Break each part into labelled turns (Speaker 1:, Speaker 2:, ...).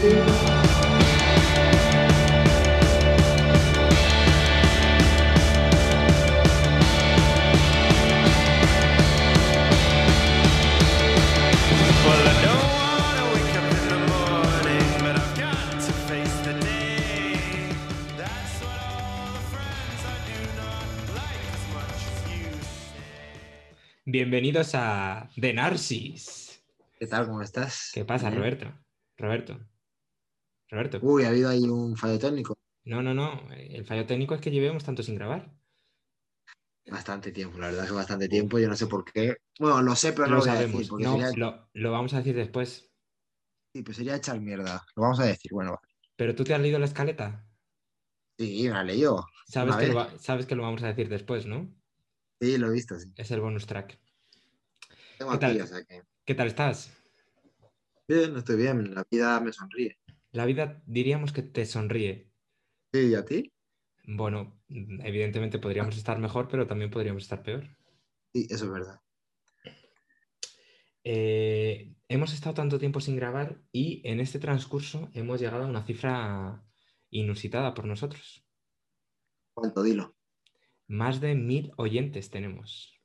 Speaker 1: bañarse.
Speaker 2: Well, I don't wanna wake up in the morning, but I've got to face the day. That's what all the friends I do not like as much as you
Speaker 3: Bienvenidos a The Narcis.
Speaker 1: ¿Qué tal? ¿Cómo estás?
Speaker 3: ¿Qué pasa,
Speaker 1: Bien.
Speaker 3: Roberto? Roberto. Roberto.
Speaker 1: Uy, ha habido ahí un fallo técnico.
Speaker 3: No, no, no. El fallo técnico es que llevemos tanto sin grabar.
Speaker 1: Bastante tiempo, la verdad que bastante tiempo. Yo no sé por qué. Bueno, lo sé, pero
Speaker 3: lo
Speaker 1: no lo voy a decir.
Speaker 3: sabemos.
Speaker 1: Porque
Speaker 3: No,
Speaker 1: sería,
Speaker 3: lo, lo vamos a decir después.
Speaker 1: sí, pues sería echar mierda. Lo vamos a decir. Bueno, va.
Speaker 3: Pero tú te has leído la escaleta.
Speaker 1: sí, me la leí yo.
Speaker 3: Sabes
Speaker 1: A
Speaker 3: que, lo,
Speaker 1: ver.
Speaker 3: va- sabes que lo vamos a decir después, ¿no?
Speaker 1: Sí, lo he visto. Sí.
Speaker 3: Es el bonus track.
Speaker 1: Tengo
Speaker 3: ¿Qué
Speaker 1: aquí,
Speaker 3: tal?
Speaker 1: o sea que.
Speaker 3: ¿Qué tal estás?
Speaker 1: Bien, estoy bien. La vida me sonríe.
Speaker 3: La vida diríamos que te sonríe.
Speaker 1: Sí, ¿y a ti?
Speaker 3: Bueno, evidentemente podríamos estar mejor, pero también podríamos estar peor.
Speaker 1: Sí, eso es verdad.
Speaker 3: Eh, hemos estado tanto tiempo sin grabar y en este transcurso hemos llegado a una cifra inusitada por nosotros.
Speaker 1: ¿Cuánto? Dilo.
Speaker 3: Más de mil oyentes tenemos.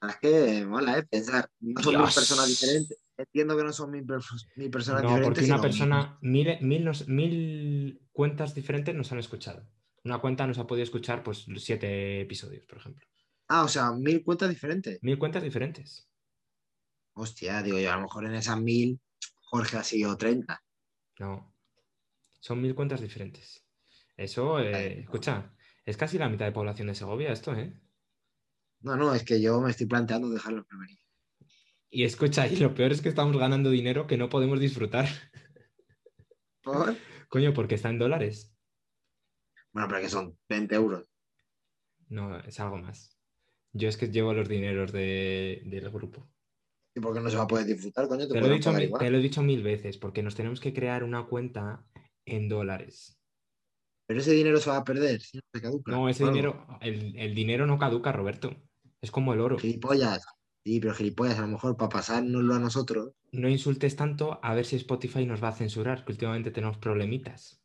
Speaker 1: Ah, Es que mola, ¿eh? Pensar. No son mil
Speaker 3: Dios.
Speaker 1: personas diferentes. Entiendo que no son mil, perf- mil personas
Speaker 3: No,
Speaker 1: diferentes.
Speaker 3: porque una
Speaker 1: sino-
Speaker 3: persona, mil, mil nos- mil cuentas diferentes nos han escuchado. Una cuenta nos ha podido escuchar pues los siete episodios, por ejemplo.
Speaker 1: Ah, o sea, mil cuentas diferentes.
Speaker 3: Mil cuentas diferentes.
Speaker 1: Hostia, digo yo, a lo mejor en esas mil, Jorge ha sido 30.
Speaker 3: No. Son mil cuentas diferentes. Eso, eh,
Speaker 1: Vale.
Speaker 3: escucha, es casi la mitad de población de Segovia esto, ¿eh?
Speaker 1: No, no, es que yo me estoy planteando dejarlo en primer equipo.
Speaker 3: Y escucha, y lo peor es que estamos ganando dinero que no podemos disfrutar.
Speaker 1: ¿Por?
Speaker 3: Coño, porque está en dólares.
Speaker 1: Bueno, pero que son 20 euros.
Speaker 3: No, es algo más. Yo es que llevo los dineros de- del grupo.
Speaker 1: ¿Y por qué no se va a poder disfrutar, coño?
Speaker 3: Te
Speaker 1: Te,
Speaker 3: lo, he
Speaker 1: podrán
Speaker 3: dicho
Speaker 1: pagar
Speaker 3: mil,
Speaker 1: igual.
Speaker 3: te lo he dicho mil veces, porque nos tenemos que crear una cuenta en dólares.
Speaker 1: Pero ese dinero se va a perder, si no se caduca.
Speaker 3: No, ese
Speaker 1: Bueno,
Speaker 3: dinero, el, el dinero no caduca, Roberto. Es como el oro.
Speaker 1: Gilipollas. Sí, pero gilipollas, a lo mejor para pasárnoslo a nosotros.
Speaker 3: No insultes tanto a ver si Spotify nos va a censurar, que últimamente tenemos problemitas.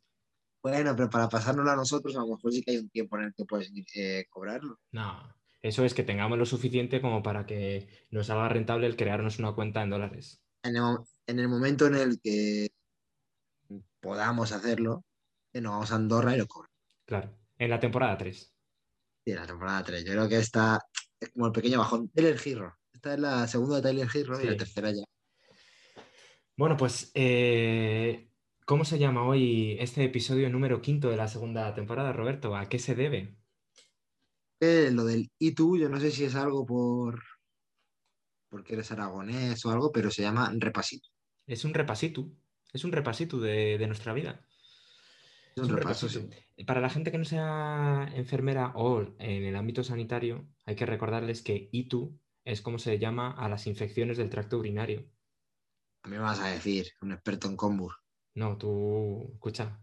Speaker 1: Bueno, pero para pasárnoslo a nosotros, a lo mejor sí que hay un tiempo en el que puedes eh, cobrarlo.
Speaker 3: No, eso es que tengamos lo suficiente como para que nos haga rentable el crearnos una cuenta en dólares.
Speaker 1: En el, mo- en el momento en el que podamos hacerlo, que nos vamos a Andorra y lo cobramos.
Speaker 3: Claro, en la temporada 3.
Speaker 1: Sí, la temporada 3. Yo creo que esta es como el pequeño bajón. Taylor Hero. Esta es la segunda de Taylor Hero y
Speaker 3: Sí.
Speaker 1: la tercera ya.
Speaker 3: Bueno, pues, eh, ¿cómo se llama hoy este episodio número quinto de la segunda temporada, Roberto? ¿A qué se debe?
Speaker 1: Eh, lo del y tú, yo no sé si es algo por porque eres aragonés o algo, pero se llama repasito.
Speaker 3: Es un repasito, es un repasito de, de nuestra vida.
Speaker 1: Es un repaso, sí.
Speaker 3: Eh, Para la gente que no sea enfermera o en el ámbito sanitario, hay que recordarles que ITU es como se llama a las infecciones del tracto urinario.
Speaker 1: A mí me vas a decir, un experto en combur.
Speaker 3: No, tú, escucha,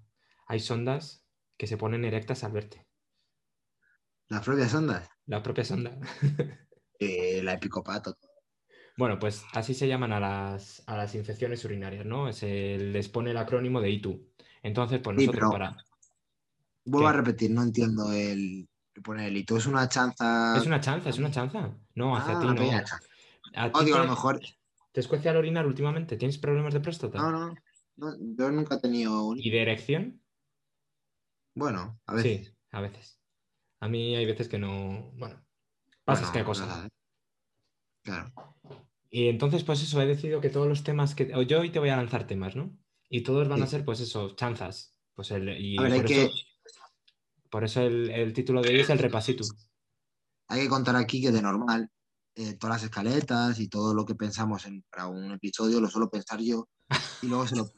Speaker 3: hay sondas que se ponen erectas al verte.
Speaker 1: Las propias ondas.
Speaker 3: La propia sonda.
Speaker 1: Eh, la epicopato.
Speaker 3: Bueno, pues así se llaman a las, a las infecciones urinarias, ¿no? Se les pone el acrónimo de ITU. Entonces, pues
Speaker 1: Sí,
Speaker 3: nosotros
Speaker 1: pero-
Speaker 3: para...
Speaker 1: Vuelvo
Speaker 3: ¿Qué?
Speaker 1: a repetir, no entiendo el el poner el y tú. Es una chanza.
Speaker 3: Es una chanza, es una chanza. No, hacia
Speaker 1: Ah,
Speaker 3: ti no.
Speaker 1: venga, chanza.
Speaker 3: ¿A
Speaker 1: No,
Speaker 3: ti
Speaker 1: digo, a
Speaker 3: te,
Speaker 1: lo mejor.
Speaker 3: te escuece al orinar últimamente? ¿Tienes problemas de próstata?
Speaker 1: No, no, no, Yo nunca he tenido un.
Speaker 3: ¿Y de erección?
Speaker 1: Bueno, a veces.
Speaker 3: Sí, a veces. A mí hay veces que no... Bueno, pasas
Speaker 1: Bueno,
Speaker 3: qué cosa.
Speaker 1: nada, ¿eh? Claro.
Speaker 3: Y entonces, pues eso, he decidido que todos los temas que... o Yo hoy te voy a lanzar temas, ¿no? Y todos van a
Speaker 1: Sí.
Speaker 3: ser, pues eso, chanzas. Pues el, y
Speaker 1: A ver, hay
Speaker 3: por,
Speaker 1: que-
Speaker 3: eso, por eso el, el título de hoy es el repasito.
Speaker 1: Hay que contar aquí que de normal, eh, todas las escaletas y todo lo que pensamos en- para un episodio lo suelo pensar yo y luego se lo.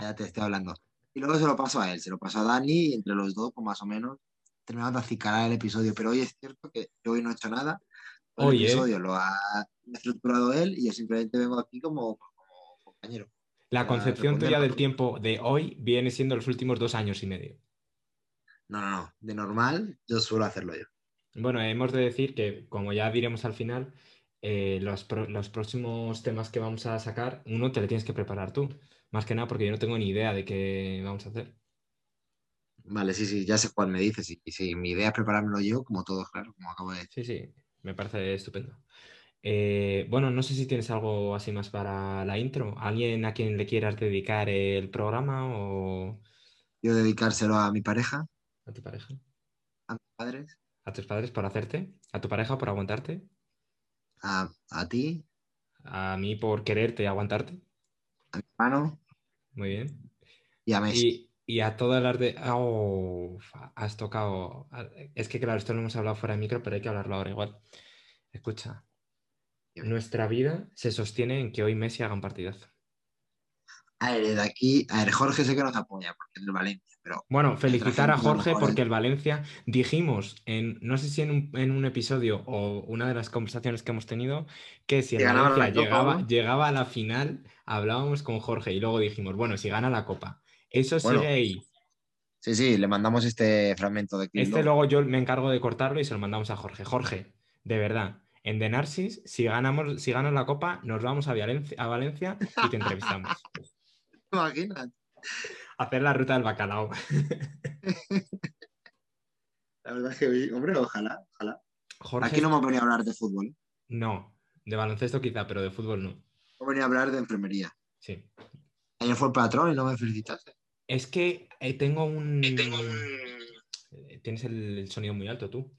Speaker 1: Ya te estoy hablando. Y luego se lo paso a él, se lo paso a Dani y entre los dos, pues más o menos, terminamos de acicarar el episodio. Pero hoy es cierto que yo hoy no he hecho nada. Todo
Speaker 3: Hoy, ¿eh?
Speaker 1: el episodio lo ha estructurado él y yo simplemente vengo aquí como, como compañero.
Speaker 3: La
Speaker 1: Para
Speaker 3: concepción
Speaker 1: responder
Speaker 3: tuya
Speaker 1: la
Speaker 3: del tiempo
Speaker 1: pregunta.
Speaker 3: de hoy viene siendo los últimos dos años y medio.
Speaker 1: No, no, no. De normal, yo suelo hacerlo yo.
Speaker 3: Bueno, hemos de decir que, como ya diremos al final, eh, los, pro- los próximos temas que vamos a sacar, uno te le tienes que preparar tú. Más que nada porque yo no tengo ni idea de qué vamos a hacer.
Speaker 1: Vale, sí, sí, ya sé cuál me dices. Y, y sí, mi idea es preparármelo yo, como todos, claro, como acabo de decir.
Speaker 3: Sí, sí, me parece estupendo. Eh, bueno, no sé si tienes algo así más para la intro. ¿Alguien a quien le quieras dedicar el programa o
Speaker 1: Yo dedicárselo a mi pareja,
Speaker 3: a tu pareja?
Speaker 1: a mis padres,
Speaker 3: ¿A tus padres por hacerte? ¿A tu pareja por aguantarte?
Speaker 1: a, a ti,
Speaker 3: ¿A mí por quererte y aguantarte?
Speaker 1: a mi hermano
Speaker 3: Muy bien.
Speaker 1: y a Messi.
Speaker 3: Y, y a todas las de. ah, oh, fa- has tocado. ah, Es que, claro, esto lo hemos hablado fuera de micro, pero hay que hablarlo ahora igual. Escucha. Nuestra vida se sostiene en que hoy Messi haga un partidazo.
Speaker 1: A ver, de aquí, a ver, Jorge sé que nos apoya, porque es del Valencia, pero
Speaker 3: Bueno, felicitar a
Speaker 1: Trajimos a
Speaker 3: Jorge
Speaker 1: mejores.
Speaker 3: porque el Valencia dijimos en, no sé si en un, en un episodio o una de las conversaciones que hemos tenido, que si el
Speaker 1: Que ganaba la
Speaker 3: Valencia
Speaker 1: Copa,
Speaker 3: llegaba,
Speaker 1: ¿no?
Speaker 3: llegaba a la final, hablábamos con Jorge y luego dijimos, bueno, si gana la Copa. Eso
Speaker 1: Bueno,
Speaker 3: sigue ahí.
Speaker 1: sí, sí, le mandamos este fragmento de clip.
Speaker 3: Este
Speaker 1: ¿no?
Speaker 3: luego yo me encargo de cortarlo y se lo mandamos a Jorge. Jorge, de verdad, en The Narcis, si ganamos, si ganas la copa, nos vamos a Valencia, a Valencia y te entrevistamos.
Speaker 1: ¿Te imaginas?
Speaker 3: Hacer la ruta del bacalao.
Speaker 1: La verdad es que, sí, hombre, ojalá, ojalá.
Speaker 3: Jorge,
Speaker 1: Aquí no hemos venido a hablar de fútbol, ¿eh?
Speaker 3: no, de baloncesto quizá, pero de fútbol no.
Speaker 1: hemos venido a hablar de enfermería.
Speaker 3: Sí.
Speaker 1: Ayer fue el patrón y no me felicitaste.
Speaker 3: Es que eh, tengo un...
Speaker 1: un...
Speaker 3: Eh, Tienes el, el sonido muy alto tú.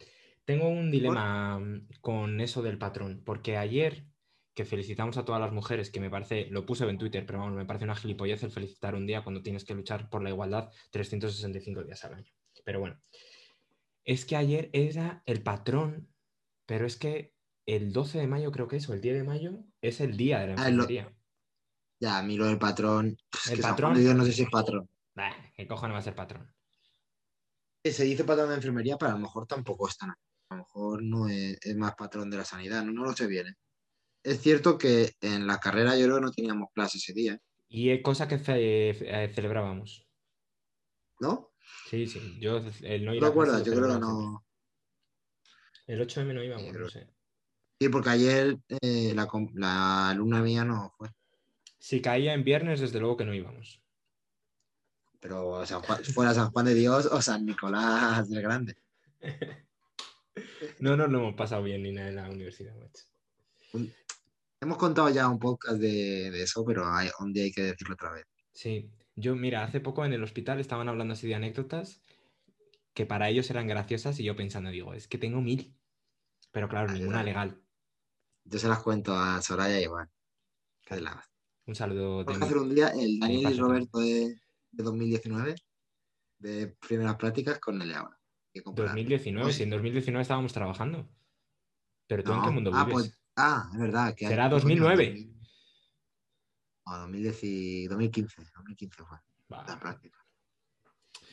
Speaker 3: Tengo un dilema mm, con eso del patrón, porque ayer que felicitamos a todas las mujeres, que me parece, lo puse en Twitter, pero vamos, me parece una gilipollez el felicitar un día cuando tienes que luchar por la igualdad 365 días al año. Pero bueno, es que ayer era el patrón, pero es que el 12 de mayo creo que es, o el 10 de mayo, es el día de la
Speaker 1: Ah, el lo-
Speaker 3: enfermería.
Speaker 1: Ya, a mí lo del patrón. Es
Speaker 3: El
Speaker 1: que San Juan
Speaker 3: patrón-
Speaker 1: de Dios no sé si es patrón.
Speaker 3: Bah, ¿Qué cojones va a ser patrón?
Speaker 1: Que Se dice patrón de enfermería, pero a lo mejor tampoco es tan. A lo mejor no es, es más patrón de la sanidad, no, no lo sé bien. ¿eh? Es cierto que en la carrera yo creo que no teníamos clase ese día, ¿eh?
Speaker 3: Y es cosa que fe- eh, celebrábamos.
Speaker 1: ¿no?
Speaker 3: Sí, sí, yo el no
Speaker 1: ¿No
Speaker 3: ir
Speaker 1: te
Speaker 3: a clase lo
Speaker 1: acuerdas? Yo creo que
Speaker 3: celebraba siempre.
Speaker 1: no.
Speaker 3: El 8M no íbamos,
Speaker 1: Sí,
Speaker 3: no
Speaker 1: creo-
Speaker 3: sé.
Speaker 1: Sí, porque ayer eh, la, com- la alumna mía no fue.
Speaker 3: Si caía en viernes, desde luego que no íbamos.
Speaker 1: Pero San Juan- fuera San Juan de Dios o San Nicolás del Grande.
Speaker 3: No nos lo hemos pasado bien ni nada en la universidad, macho.
Speaker 1: Hemos contado ya un podcast de, de eso, pero hay, un día hay que decirlo otra vez.
Speaker 3: Sí, yo, mira, hace poco en el hospital estaban hablando así de anécdotas que para ellos eran graciosas y yo pensando, digo, es que tengo mil. Pero claro,
Speaker 1: Ah, yo
Speaker 3: ninguna
Speaker 1: también.
Speaker 3: legal.
Speaker 1: Yo se las cuento a Soraya y a Iván. que de la-
Speaker 3: Un saludo de
Speaker 1: Vamos a
Speaker 3: mí.
Speaker 1: hacer un día el Daniel y
Speaker 3: pasa.
Speaker 1: Roberto de, de 2019, de primeras prácticas con el de ahora. Hay que comparar.
Speaker 3: 2019,
Speaker 1: Oye.
Speaker 3: si en 2019 estábamos trabajando. Pero tú en
Speaker 1: No.
Speaker 3: qué mundo
Speaker 1: ah,
Speaker 3: vives.
Speaker 1: pues- ah, es verdad. Que
Speaker 3: Será
Speaker 1: coño,
Speaker 3: 2009.
Speaker 1: 2000. No, 2010 2015. 2015 fue
Speaker 3: Bah.
Speaker 1: la práctica. pues.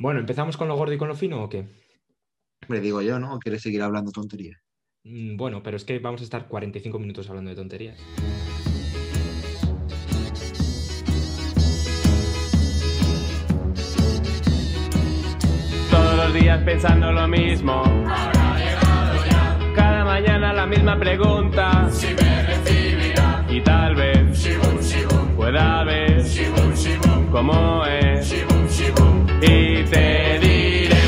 Speaker 3: Bueno, ¿empezamos con lo gordo y con lo fino o qué?
Speaker 1: Hombre, digo yo, ¿no? ¿O ¿Quieres seguir hablando tonterías?
Speaker 3: Mm, Bueno, pero es que vamos a estar 45 minutos hablando de tonterías.
Speaker 2: Todos los días pensando lo mismo. Cada mañana la misma pregunta. Si me recibirá. Y tal vez. Pueda ver. Cómo es. Y te diré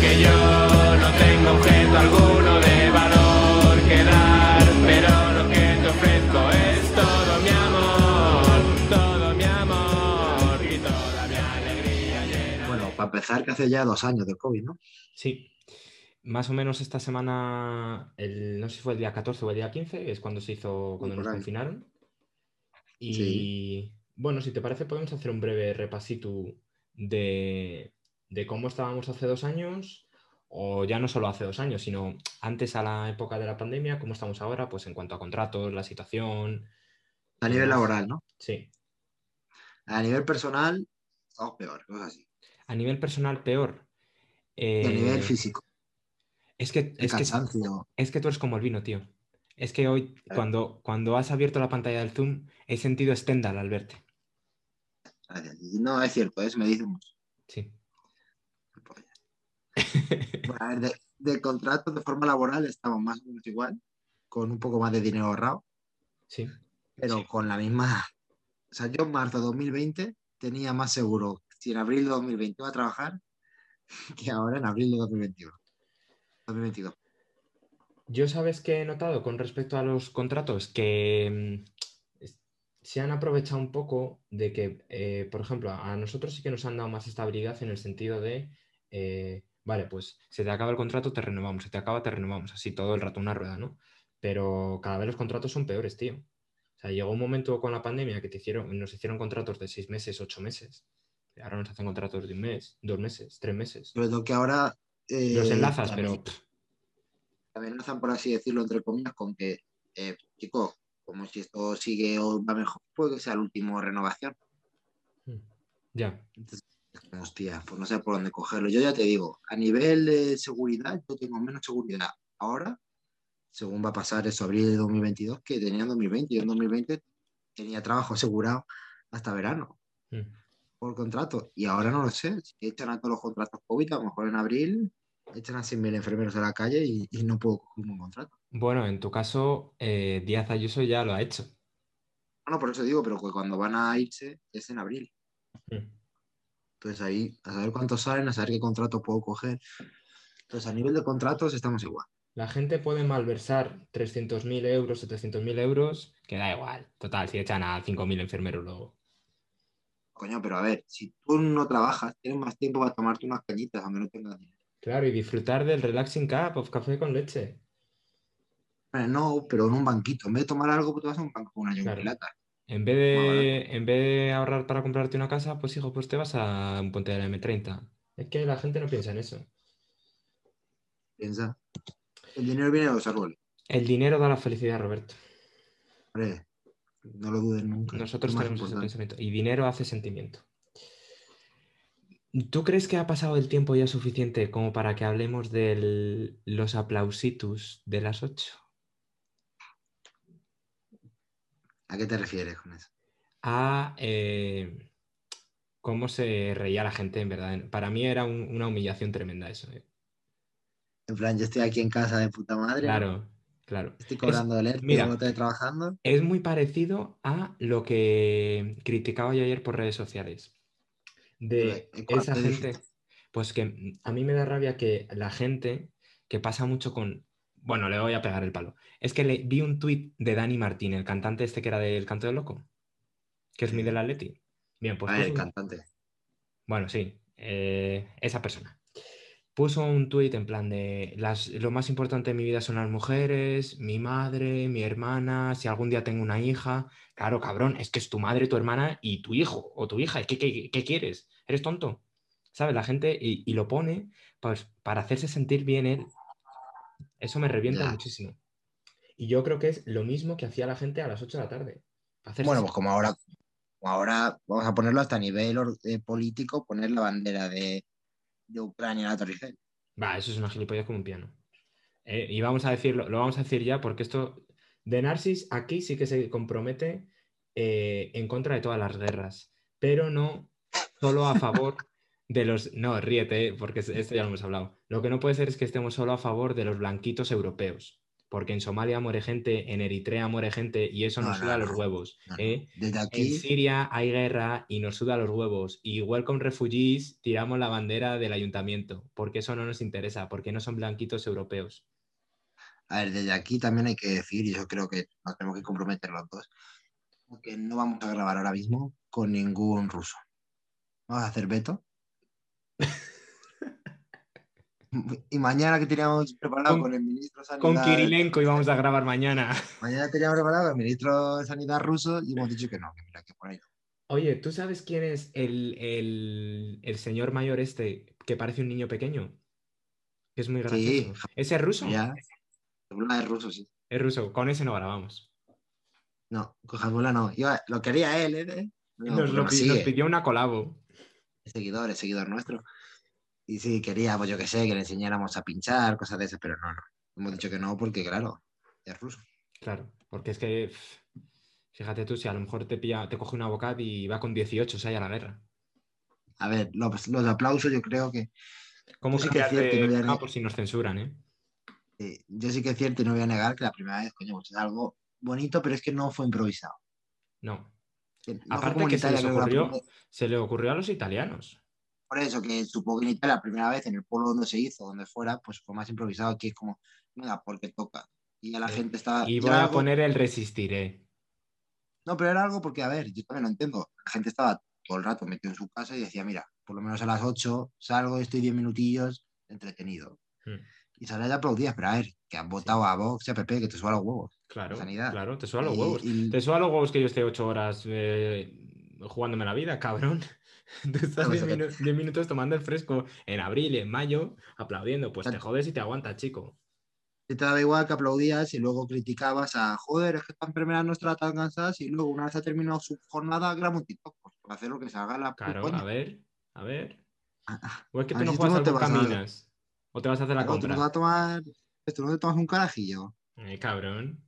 Speaker 2: que yo no tengo objeto alguno de valor que dar. Pero lo que te ofrezco es todo mi amor. Todo mi amor. Y toda mi alegría llena.
Speaker 1: Bueno, para empezar, que hace ya dos años del COVID, ¿no?
Speaker 3: Sí. Más o menos esta semana, el- no sé si fue el día 14 o el día 15, es cuando se hizo, cuando
Speaker 1: por
Speaker 3: nos
Speaker 1: ahí.
Speaker 3: confinaron. Y
Speaker 1: Sí.
Speaker 3: bueno, si te parece, podemos hacer un breve repasito de, de cómo estábamos hace dos años, o ya no solo hace dos años, sino antes a la época de la pandemia, cómo estamos ahora, pues en cuanto a contratos, la situación.
Speaker 1: A nivel
Speaker 3: Además.
Speaker 1: laboral, ¿no?
Speaker 3: Sí.
Speaker 1: A nivel personal, estamos peor, cosas así.
Speaker 3: A nivel personal, peor.
Speaker 1: Y a nivel
Speaker 3: Eh,
Speaker 1: físico,
Speaker 3: es que,
Speaker 1: el
Speaker 3: es que
Speaker 1: cansancio.
Speaker 3: Es que tú eres como el vino, tío. Es que hoy, cuando, cuando has abierto la pantalla del Zoom, he sentido Stendhal al verte.
Speaker 1: Gracias. Y No, es cierto, es, me dicen mucho.
Speaker 3: Sí.
Speaker 1: Bueno, a ver, de, de contratos de forma laboral estamos más o menos igual. con un poco más de dinero ahorrado,
Speaker 3: Sí.
Speaker 1: pero
Speaker 3: Sí.
Speaker 1: con la misma... O sea, yo en marzo de 2020 tenía más seguro si en abril de 2020 iba a trabajar que ahora en abril de 2021. 2022.
Speaker 3: Yo sabes que he notado con respecto a los contratos que mm, es- se han aprovechado un poco de que, eh, por ejemplo, a nosotros sí que nos han dado más estabilidad en el sentido de, eh, vale, pues se te acaba el contrato, te renovamos, se te acaba, te renovamos, así todo el rato una rueda, ¿no? Pero cada vez los contratos son peores, tío. O sea, llegó un momento con la pandemia que te hicieron, nos hicieron contratos de seis meses, ocho meses. Ahora nos hacen contratos de un mes, dos meses, tres meses.
Speaker 1: Sobre todo que ahora... eh,
Speaker 3: Los enlazas,
Speaker 1: también-
Speaker 3: pero pff,
Speaker 1: amenazan, por así decirlo, entre comillas, con que, eh, chicos, como si esto sigue o va mejor, puede que sea la última renovación.
Speaker 3: ya,
Speaker 1: Entonces, es como, hostia, pues no sé por dónde cogerlo. Yo ya te digo, a nivel de seguridad, yo tengo menos seguridad ahora, según va a pasar eso abril de 2022, que tenía en 2020. Yo en 2020 tenía trabajo asegurado hasta verano
Speaker 3: mm,
Speaker 1: por contrato y ahora no lo sé. Si echan a todos los contratos COVID, a lo mejor en abril echan a 100.000 enfermeros a la calle y, y no puedo coger un contrato.
Speaker 3: Bueno, en tu caso, eh, Díaz Ayuso ya lo ha hecho.
Speaker 1: No, por eso digo, pero que cuando van a irse es en abril. Entonces ahí, a saber cuántos salen, a saber qué contrato puedo coger. Entonces a nivel de contratos estamos igual.
Speaker 3: La gente puede malversar 300.000 euros, 700.000 euros, que da igual. Total, si echan a 5.000 enfermeros luego.
Speaker 1: Coño, pero a ver, si tú no trabajas, tienes más tiempo para tomarte unas cañitas, aunque no tengas dinero.
Speaker 3: Claro, y disfrutar del relaxing cup of café con leche.
Speaker 1: Bueno, Pues no, pero en un banquito. En vez de tomar algo, pues te vas a un banco con una
Speaker 3: Claro.
Speaker 1: yogurlata.
Speaker 3: En vez
Speaker 1: Muy
Speaker 3: de, en vez de ahorrar para comprarte una casa, pues hijo, pues te vas a un puente de la M30. Es que la gente no piensa en eso.
Speaker 1: Piensa. El dinero viene de los árboles.
Speaker 3: El dinero da la felicidad, Roberto.
Speaker 1: hombre. No lo dudes nunca.
Speaker 3: Nosotros
Speaker 1: Es más
Speaker 3: tenemos ese
Speaker 1: importante.
Speaker 3: pensamiento. Y dinero hace sentimiento. ¿Tú crees que ha pasado el tiempo ya suficiente como para que hablemos de los aplausitus de las 8?
Speaker 1: ¿A qué te refieres con eso?
Speaker 3: A eh, cómo se reía la gente, en verdad. Para mí era un- una humillación tremenda eso. eh.
Speaker 1: En plan, yo estoy aquí en casa de puta madre.
Speaker 3: Claro, claro.
Speaker 1: Estoy cobrando el ERTE,
Speaker 3: mira.
Speaker 1: no estoy trabajando.
Speaker 3: Es muy parecido a lo que criticaba yo ayer por redes sociales. De
Speaker 1: Joder, ¿y cuál
Speaker 3: esa
Speaker 1: te dije?
Speaker 3: gente. Pues que mm, a mí me da rabia que la gente que pasa mucho con. Bueno, le voy a pegar el palo. Es que le vi un tuit de Dani Martín, el cantante este que era del Canto del Loco, que es muy
Speaker 1: Sí.
Speaker 3: del Atleti. Bien, pues.
Speaker 1: a ver,
Speaker 3: puso
Speaker 1: el
Speaker 3: un-
Speaker 1: cantante.
Speaker 3: bueno, sí, eh, esa persona. Puso un tuit en plan de las, lo más importante de mi vida son las mujeres, mi madre, mi hermana, si algún día tengo una hija. Claro, cabrón, es que es tu madre, tu hermana y tu hijo o tu hija. ¿Qué, qué- qué quieres? ¿Eres tonto? ¿Sabes? La gente y, y lo pone pues, para hacerse sentir bien él. Eso me revienta
Speaker 1: Ya.
Speaker 3: muchísimo. Y yo creo que es lo mismo que hacía la gente a las 8 de la tarde. Hacerse
Speaker 1: Bueno, pues como ahora, como ahora vamos a ponerlo hasta a nivel or- eh, político, poner la bandera de, de Ucrania en la Torre Eiffel.
Speaker 3: Va, eso es una gilipollas como un piano. Eh, y vamos a decirlo, lo vamos a decir ya, porque esto de Narcis aquí sí que se compromete eh, en contra de todas las guerras, pero no solo a favor de los. No, ríete, eh, porque es- esto ya lo hemos hablado. Lo que no puede ser es que estemos solo a favor de los blanquitos europeos, porque en Somalia muere gente, en Eritrea muere gente y eso
Speaker 1: No,
Speaker 3: nos
Speaker 1: no,
Speaker 3: suda
Speaker 1: no.
Speaker 3: los huevos.
Speaker 1: No, no.
Speaker 3: ¿eh?
Speaker 1: Desde
Speaker 3: En
Speaker 1: aquí,
Speaker 3: Siria hay guerra y nos suda los huevos. Y Welcome Refugees tiramos la bandera del ayuntamiento, porque eso no nos interesa, porque no son blanquitos europeos.
Speaker 1: a ver, desde aquí también hay que decir, y yo creo que nos tenemos que comprometer los dos, que no vamos a grabar ahora mismo con ningún ruso. Vamos a hacer veto. y mañana que teníamos preparado
Speaker 3: Con-
Speaker 1: con, el ministro de
Speaker 3: Con
Speaker 1: Sanidad.
Speaker 3: Kirilenko íbamos a grabar mañana.
Speaker 1: Mañana teníamos preparado el ministro de Sanidad ruso y hemos dicho que no, que mira, que por ahí. no.
Speaker 3: Oye, ¿tú sabes quién es el, el- el señor mayor este que parece un niño pequeño? Que es muy
Speaker 1: Sí.
Speaker 3: gracioso. ¿Ese es ruso?
Speaker 1: Ya. Habla de ruso, sí.
Speaker 3: Es ruso. Con ese no grabamos.
Speaker 1: No, con Hezbollah no. Iba- lo quería él, ¿eh? ¿eh? No, eh.
Speaker 3: nos,
Speaker 1: porque
Speaker 3: lo
Speaker 1: nos
Speaker 3: pi- nos
Speaker 1: sigue,
Speaker 3: pidió una colabo.
Speaker 1: es seguidor, es seguidor nuestro. Y sí, quería, pues yo qué sé, que le enseñáramos a pinchar, cosas de esas, pero no, no. Hemos dicho que no porque, claro, es ruso.
Speaker 3: Claro, porque es que pff, fíjate tú, si a lo mejor te pilla, te coge una bocad y va con 18, o sea, ya la guerra.
Speaker 1: A ver, los, los aplausos yo creo que...
Speaker 3: ¿Cómo
Speaker 1: Yo sí que es
Speaker 3: cambiar
Speaker 1: cierto,
Speaker 3: de
Speaker 1: no voy a
Speaker 3: tema
Speaker 1: negar.
Speaker 3: por si nos censuran, eh?
Speaker 1: eh, eh, yo sí que es cierto y no voy a negar que la primera vez, coño, pues es algo bonito, pero es que no fue improvisado.
Speaker 3: No.
Speaker 1: Eh, no fue
Speaker 3: Aparte
Speaker 1: como en
Speaker 3: que se les
Speaker 1: Italia, creo que la
Speaker 3: ocurrió-
Speaker 1: primera-
Speaker 3: Se le ocurrió a los italianos.
Speaker 1: por eso que supongo que en Italia la primera vez en el pueblo donde se hizo, donde fuera, pues fue más improvisado, aquí es como, venga, porque toca. Y a la
Speaker 3: Sí.
Speaker 1: gente estaba...
Speaker 3: Eh, Y
Speaker 1: era
Speaker 3: voy a
Speaker 1: algo-
Speaker 3: poner el resistiré.
Speaker 1: No, pero era algo porque, a ver, yo también lo entiendo. La gente estaba todo el rato metido en su casa y decía, mira, por lo menos a las 8 salgo, estoy 10 minutillos entretenido.
Speaker 3: Hmm.
Speaker 1: Y salía ya aplaudías, pero a ver, que han votado a Vox y a PP, que te suba los huevos.
Speaker 3: Claro,
Speaker 1: Sanidad.
Speaker 3: claro, te suda los
Speaker 1: Y-
Speaker 3: huevos.
Speaker 1: y-
Speaker 3: Te suda los huevos que yo esté ocho horas eh, jugándome la vida, cabrón. Tú estás
Speaker 1: No, eso
Speaker 3: 10
Speaker 1: que-
Speaker 3: minu- 10 minutos tomando el fresco en abril, en mayo, aplaudiendo. Pues te
Speaker 1: Tanto.
Speaker 3: jodes y te aguantas, chico.
Speaker 1: te daba igual que aplaudías y luego criticabas a, joder, es que estas enfermeras no están tan cansadas y luego una vez ha terminado su jornada, graba un TikTok, pues para hacer lo que salga la
Speaker 3: Claro,
Speaker 1: coña.
Speaker 3: a ver, a ver.
Speaker 1: Ah,
Speaker 3: O es que tú
Speaker 1: a ver
Speaker 3: no
Speaker 1: si tú
Speaker 3: juegas
Speaker 1: no
Speaker 3: al
Speaker 1: te vas a-
Speaker 3: caminas. O te vas a hacer la
Speaker 1: Claro, tú no te vas
Speaker 3: compra.
Speaker 1: a tomar, tú no te tomas un carajillo.
Speaker 3: Eh, cabrón.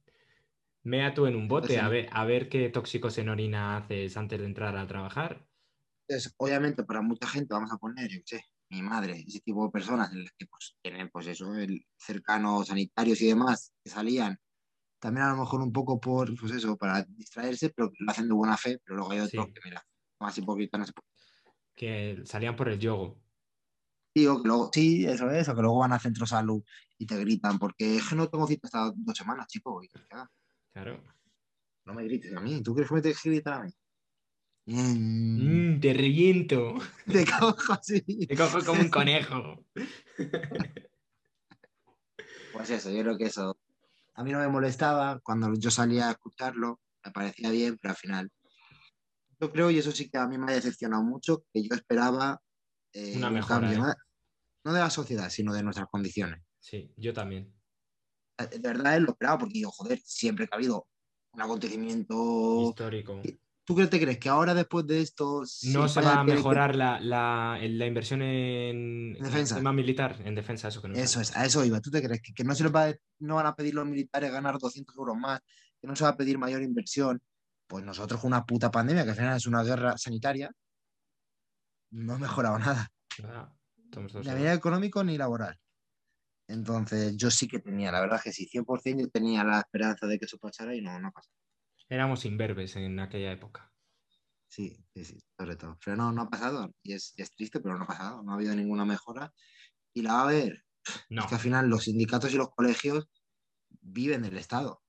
Speaker 3: Mea tú en un bote,
Speaker 1: Pues sí.
Speaker 3: a ver, a ver qué tóxicos en orina haces antes de entrar a trabajar.
Speaker 1: Entonces, obviamente para mucha gente vamos a poner, yo qué sé, mi madre, ese tipo de personas en las que pues tienen pues eso, el cercanos sanitarios y demás que salían. También a lo mejor un poco por, pues eso, para distraerse, pero lo hacen de buena fe, pero luego hay otros
Speaker 3: Sí.
Speaker 1: que, mira, más hipócritas no se puede.
Speaker 3: Que salían por el yogo.
Speaker 1: Tío, que luego, sí, eso es, o que luego van al centro salud y te gritan, porque es que no tengo cita hasta dos semanas, chico, y que haga,
Speaker 3: Claro.
Speaker 1: no me grites a mí, ¿tú crees que me tienes que gritar a mí? Mm,
Speaker 3: Mm, te reviento.
Speaker 1: Te cago así.
Speaker 3: Te cojo como un conejo.
Speaker 1: Pues eso, yo creo que eso a mí no me molestaba cuando yo salía a escucharlo, me parecía bien, pero al final. Yo creo, y eso sí que a mí me ha decepcionado mucho, que yo esperaba eh,
Speaker 3: Una
Speaker 1: un
Speaker 3: mejora,
Speaker 1: cambio,
Speaker 3: ¿eh?
Speaker 1: ¿no? no de la sociedad, sino de nuestras condiciones. Eh,
Speaker 3: Sí, yo también.
Speaker 1: De verdad es lo esperaba, porque yo, joder, siempre que ha habido un acontecimiento
Speaker 3: Histórico.
Speaker 1: ¿Tú qué te crees? ¿Que ahora después de esto...
Speaker 3: No se va
Speaker 1: España
Speaker 3: a
Speaker 1: tiene que-
Speaker 3: mejorar la, la- en la inversión en,
Speaker 1: En defensa.
Speaker 3: en tema militar, en defensa, eso que no
Speaker 1: Eso
Speaker 3: sale.
Speaker 1: es, a eso iba. ¿Tú te crees que, que no se les va a- no van a pedir los militares ganar 200 euros más? ¿Que no se va a pedir mayor inversión? Pues nosotros con una puta pandemia, que al final es una guerra sanitaria, no ha mejorado nada.
Speaker 3: Ah, estamos todos
Speaker 1: Ni a
Speaker 3: solos.
Speaker 1: nivel económico ni laboral. Entonces yo sí que tenía, la verdad es que sí, 100% yo tenía la esperanza de que eso pasara y no, no pasó.
Speaker 3: Éramos imberbes en aquella época.
Speaker 1: Sí, sí, sí, sobre todo. Pero no, no ha pasado. Y es, es triste, pero no ha pasado. No ha habido ninguna mejora. Y la va a haber.
Speaker 3: No,
Speaker 1: Es que al final los sindicatos y los colegios viven del Estado,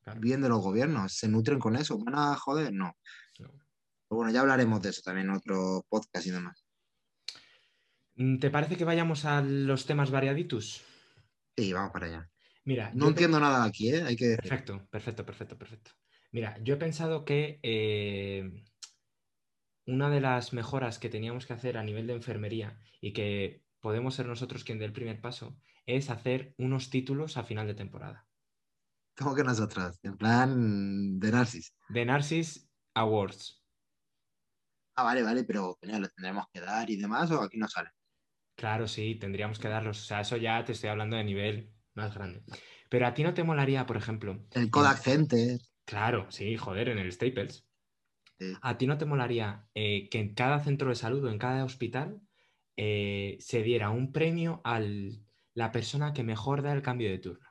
Speaker 3: claro,
Speaker 1: viven de los gobiernos, se nutren con eso. ¿Van a joder? No.
Speaker 3: no.
Speaker 1: Pero bueno, ya hablaremos de eso también en otro podcast y demás.
Speaker 3: Mm, ¿Te parece que vayamos a los temas variaditus?
Speaker 1: Sí, vamos para allá.
Speaker 3: Mira, yo
Speaker 1: No
Speaker 3: pe-
Speaker 1: entiendo nada aquí, ¿eh? Hay que decir.
Speaker 3: Perfecto, perfecto, perfecto, perfecto. Mira, yo he pensado que eh, una de las mejoras que teníamos que hacer a nivel de enfermería y que podemos ser nosotros quien dé el primer paso es hacer unos títulos a final de temporada.
Speaker 1: Como que nosotras, en plan de Narcis.
Speaker 3: The Narcis Awards.
Speaker 1: Ah, vale, vale, pero coño, ¿le tendremos que dar y demás o aquí no sale?
Speaker 3: Claro, sí, tendríamos que darlos. O sea, eso ya te estoy hablando de nivel más grande. Pero a ti no te molaría, por ejemplo,
Speaker 1: El Kodak Center.
Speaker 3: Claro, sí, joder, en el Staples.
Speaker 1: Sí.
Speaker 3: ¿A ti no te molaría eh, que en cada centro de salud o en cada hospital eh, se diera un premio a la persona que mejor da el cambio de turno?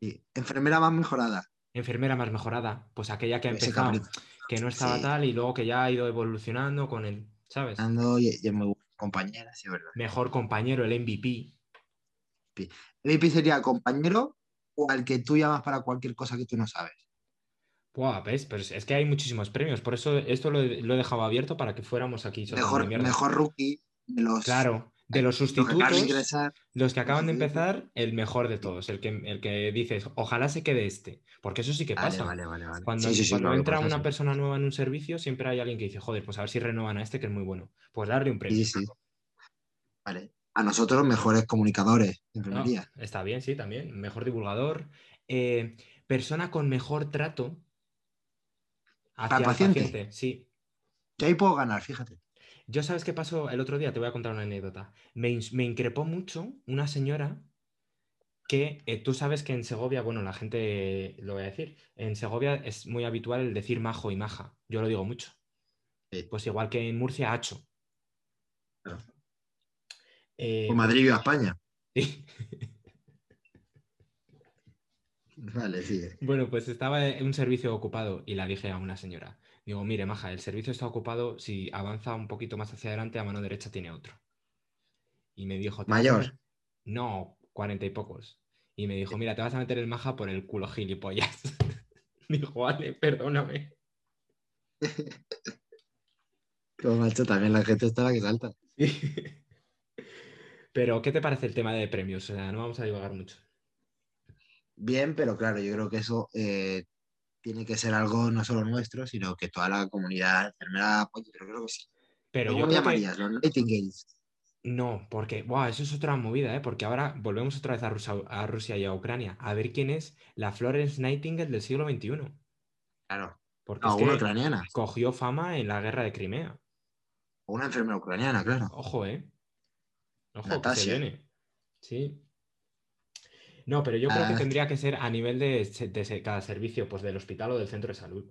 Speaker 1: sí. Enfermera más mejorada.
Speaker 3: Enfermera más mejorada, pues aquella que ha
Speaker 1: Ese
Speaker 3: empezado,
Speaker 1: capricho.
Speaker 3: que no estaba
Speaker 1: Sí.
Speaker 3: tal y luego que ya ha ido evolucionando con el, ¿sabes?
Speaker 1: Ando y, y es muy buena compañera, sí, es verdad.
Speaker 3: Mejor compañero, el MVP.
Speaker 1: El IP sería compañero o al que tú llamas para cualquier cosa que tú no sabes.
Speaker 3: Buah, ¿ves? Pero es es que hay muchísimos premios, por eso esto lo he, lo he dejado abierto para que fuéramos aquí. soltando
Speaker 1: mejor,
Speaker 3: mierda.
Speaker 1: mejor rookie de los,
Speaker 3: Claro, de los
Speaker 1: los que acaban de
Speaker 3: sustitutos.
Speaker 1: ingresar.
Speaker 3: Los que acaban de
Speaker 1: Entonces,
Speaker 3: empezar, el mejor de todos, el que, el que dices, ojalá se quede este, porque eso sí que
Speaker 1: Vale,
Speaker 3: pasa.
Speaker 1: vale, vale, vale.
Speaker 3: Cuando,
Speaker 1: Sí, sí, sí,
Speaker 3: cuando
Speaker 1: claro,
Speaker 3: entra
Speaker 1: por eso
Speaker 3: una
Speaker 1: sí.
Speaker 3: persona nueva en un servicio, siempre hay alguien que dice, joder, pues a ver si renuevan a este que es muy bueno. Pues darle un premio.
Speaker 1: Sí, sí. Vale. A nosotros, mejores comunicadores de
Speaker 3: No,
Speaker 1: enfermería.
Speaker 3: está bien, sí, también. Mejor divulgador. eh, persona con mejor trato hacia
Speaker 1: ¿Al
Speaker 3: el
Speaker 1: paciente?
Speaker 3: paciente. Sí.
Speaker 1: Yo ahí puedo ganar, fíjate.
Speaker 3: Yo sabes qué pasó el otro día, te voy a contar una anécdota. Me, ins- me increpó mucho una señora que eh, tú sabes que en Segovia, bueno, la gente eh, lo voy a decir, en Segovia es muy habitual el decir majo y maja, yo lo digo mucho.
Speaker 1: Sí.
Speaker 3: Pues igual que en Murcia, hacho.
Speaker 1: Claro. Pues
Speaker 3: Eh,
Speaker 1: Por Madrid y a España.
Speaker 3: sí.
Speaker 1: Vale, sigue.
Speaker 3: Bueno, pues estaba en un servicio ocupado y la dije a una señora. Digo, mire, maja, el servicio está ocupado, si avanza un poquito más hacia adelante, a mano derecha tiene otro. Y me dijo... "¿Te vas a
Speaker 1: Mayor.
Speaker 3: meter-?". No, cuarenta y pocos. Y me dijo, mira, te vas a meter el maja por el culo, gilipollas. dijo, vale, perdóname.
Speaker 1: Pero, macho, también la gente está la que salta.
Speaker 3: Pero, ¿qué te parece el tema de premios? O sea, no vamos a divagar mucho.
Speaker 1: Bien, pero claro, yo creo que eso eh, tiene que ser algo no solo nuestro, sino que toda la comunidad enfermera apoye. Yo creo que sí.
Speaker 3: Pero yo
Speaker 1: ¿Cómo
Speaker 3: creo que-
Speaker 1: llamarías? Los Nightingales.
Speaker 3: No, porque, wow, eso es otra movida, ¿eh? Porque ahora volvemos otra vez a Rusia, a Rusia y a Ucrania a ver quién es la Florence Nightingale del siglo XXI.
Speaker 1: Claro.
Speaker 3: Porque
Speaker 1: No,
Speaker 3: es
Speaker 1: una
Speaker 3: que
Speaker 1: ucraniana.
Speaker 3: cogió fama en la guerra de Crimea.
Speaker 1: O una enfermera ucraniana, claro.
Speaker 3: Ojo, ¿eh? Ojo, que se
Speaker 1: Natasha.
Speaker 3: viene. Sí. No, pero yo creo que
Speaker 1: Ah.
Speaker 3: tendría que ser a nivel de, se- de se- cada servicio, pues del hospital o del centro de salud.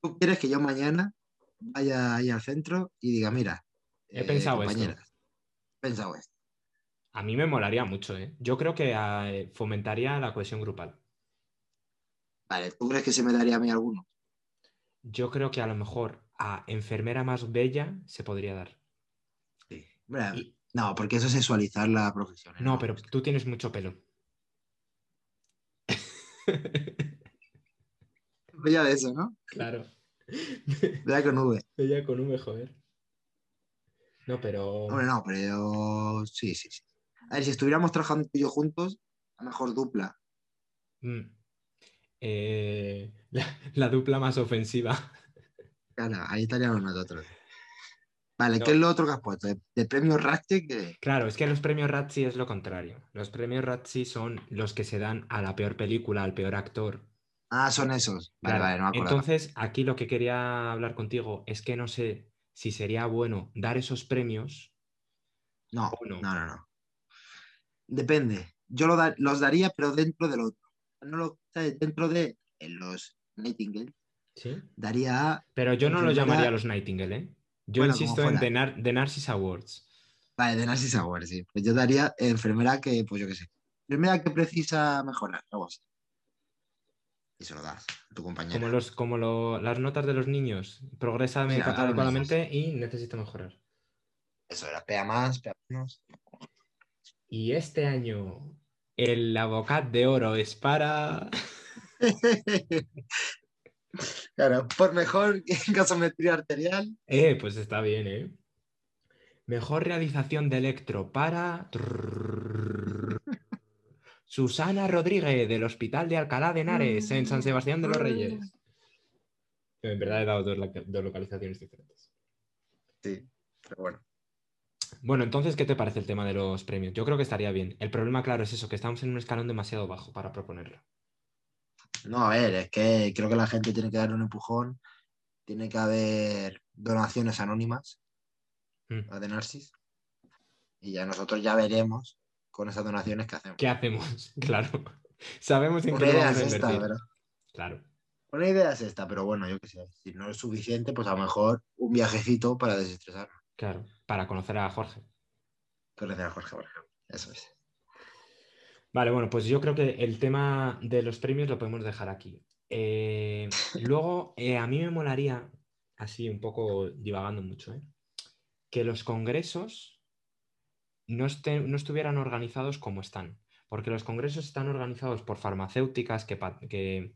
Speaker 1: ¿Tú quieres que yo mañana vaya ahí al centro y diga, mira, eh,
Speaker 3: He pensado esto.
Speaker 1: he pensado esto?
Speaker 3: A mí me molaría mucho, ¿eh? Yo creo que ah, eh, fomentaría la cohesión grupal.
Speaker 1: Vale, ¿tú crees que se me daría a mí alguno?
Speaker 3: Yo creo que a lo mejor a enfermera más bella se podría dar.
Speaker 1: Sí. Hombre,
Speaker 3: Y-
Speaker 1: No, porque eso es sexualizar la profesión. ¿eh?
Speaker 3: No, pero tú tienes mucho pelo.
Speaker 1: Ya de eso, ¿no?
Speaker 3: Claro.
Speaker 1: Ya con V.
Speaker 3: Ella con un joder. No, pero.
Speaker 1: Hombre, no, pero sí, sí, sí. A ver, si estuviéramos trabajando tú y yo juntos, a lo mejor dupla.
Speaker 3: Mm. Eh, la, la dupla más ofensiva.
Speaker 1: Claro, ahí estaríamos nosotros. Vale,
Speaker 3: No.
Speaker 1: ¿qué es lo otro que has puesto? De, de premio Ratchet, que
Speaker 3: Claro, es que los premios Razzie es lo contrario. Los premios Razzie son los que se dan a la peor película, al peor actor.
Speaker 1: Ah, son esos. Vale,
Speaker 3: Claro.
Speaker 1: vale, no me acuerdo.
Speaker 3: Entonces, aquí lo que quería hablar contigo es que no sé si sería bueno dar esos premios.
Speaker 1: No,
Speaker 3: ¿O no?
Speaker 1: no, no, no. Depende. Yo lo da- los daría, pero dentro del otro. No lo, ¿sabes? dentro de eh, los Nightingale,
Speaker 3: ¿sí?
Speaker 1: daría a-
Speaker 3: Pero yo no lo
Speaker 1: Enfermera-
Speaker 3: llamaría los Nightingale, ¿eh? Yo
Speaker 1: Bueno, como
Speaker 3: insisto en
Speaker 1: fuera.
Speaker 3: The, Nar- The Narcissus Awards.
Speaker 1: Vale, de Nancy Sauer, sí. Pues yo daría eh, enfermera que, pues yo qué sé. Enfermera que precisa mejorar, algo así. Y se lo das a tu compañero.
Speaker 3: Como, los, como lo- las notas de los niños. Progresa
Speaker 1: Sí, ahora lo
Speaker 3: adecuadamente y necesito mejorar.
Speaker 1: Eso era, pea más, pea menos.
Speaker 3: Y este año el Avocat de Oro es para...
Speaker 1: claro, por mejor gasometría arterial.
Speaker 3: Eh, pues está bien, ¿eh? Mejor realización de Electro para... Susana Rodríguez del Hospital de Alcalá de Henares en San Sebastián de los Reyes. En verdad he dado dos, loca- dos localizaciones diferentes.
Speaker 1: Sí, pero bueno.
Speaker 3: Bueno, entonces, ¿qué te parece el tema de los premios? Yo creo que estaría bien. El problema, claro, es eso, que estamos en un escalón demasiado bajo para proponerlo.
Speaker 1: No, a ver, es que creo que la gente tiene que dar un empujón. Tiene que haber donaciones anónimas
Speaker 3: Mm.
Speaker 1: a de Narcis. Y ya nosotros ya veremos con esas donaciones que hacemos.
Speaker 3: ¿Qué hacemos? Claro. Sabemos en qué
Speaker 1: Una
Speaker 3: lo
Speaker 1: idea
Speaker 3: vamos
Speaker 1: es
Speaker 3: a
Speaker 1: esta,
Speaker 3: invertir.
Speaker 1: pero
Speaker 3: Claro.
Speaker 1: Una idea es esta, pero bueno, yo qué sé. Si no es suficiente, pues a lo mejor un viajecito para desestresar.
Speaker 3: Claro, para conocer a Jorge.
Speaker 1: Conocer a Jorge Borja. Eso es.
Speaker 3: Vale, bueno, pues yo creo que el tema de los premios lo podemos dejar aquí. Eh, luego, eh, a mí me molaría, así un poco divagando mucho, ¿eh? que los congresos no, estén- no estuvieran organizados como están, porque los congresos están organizados por farmacéuticas que, pa- que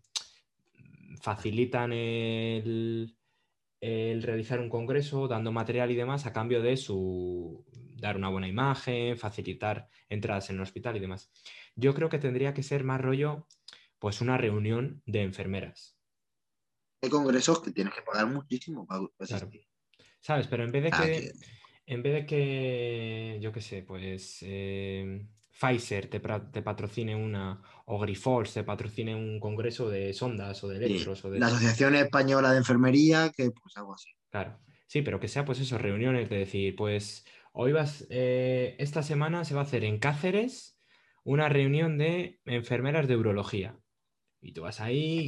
Speaker 3: facilitan el, el realizar un congreso, dando material y demás, a cambio de su dar una buena imagen, facilitar entradas en el hospital y demás. Yo creo que tendría que ser más rollo, pues una reunión de enfermeras,
Speaker 1: Hay congresos que tienes que pagar muchísimo para pues,
Speaker 3: Claro. ¿sabes? Pero en vez de
Speaker 1: ah,
Speaker 3: que,
Speaker 1: que-
Speaker 3: en vez de que yo qué sé, pues eh, Pfizer te, pra- te patrocine una, o Grifols te patrocine un congreso de sondas o de
Speaker 1: sí.
Speaker 3: electros o de...
Speaker 1: La Asociación Española de Enfermería, que pues algo así.
Speaker 3: Claro, sí, pero que sea pues eso, reuniones de decir, pues hoy vas, eh, esta semana se va a hacer en Cáceres una reunión de enfermeras de urología. Y tú vas ahí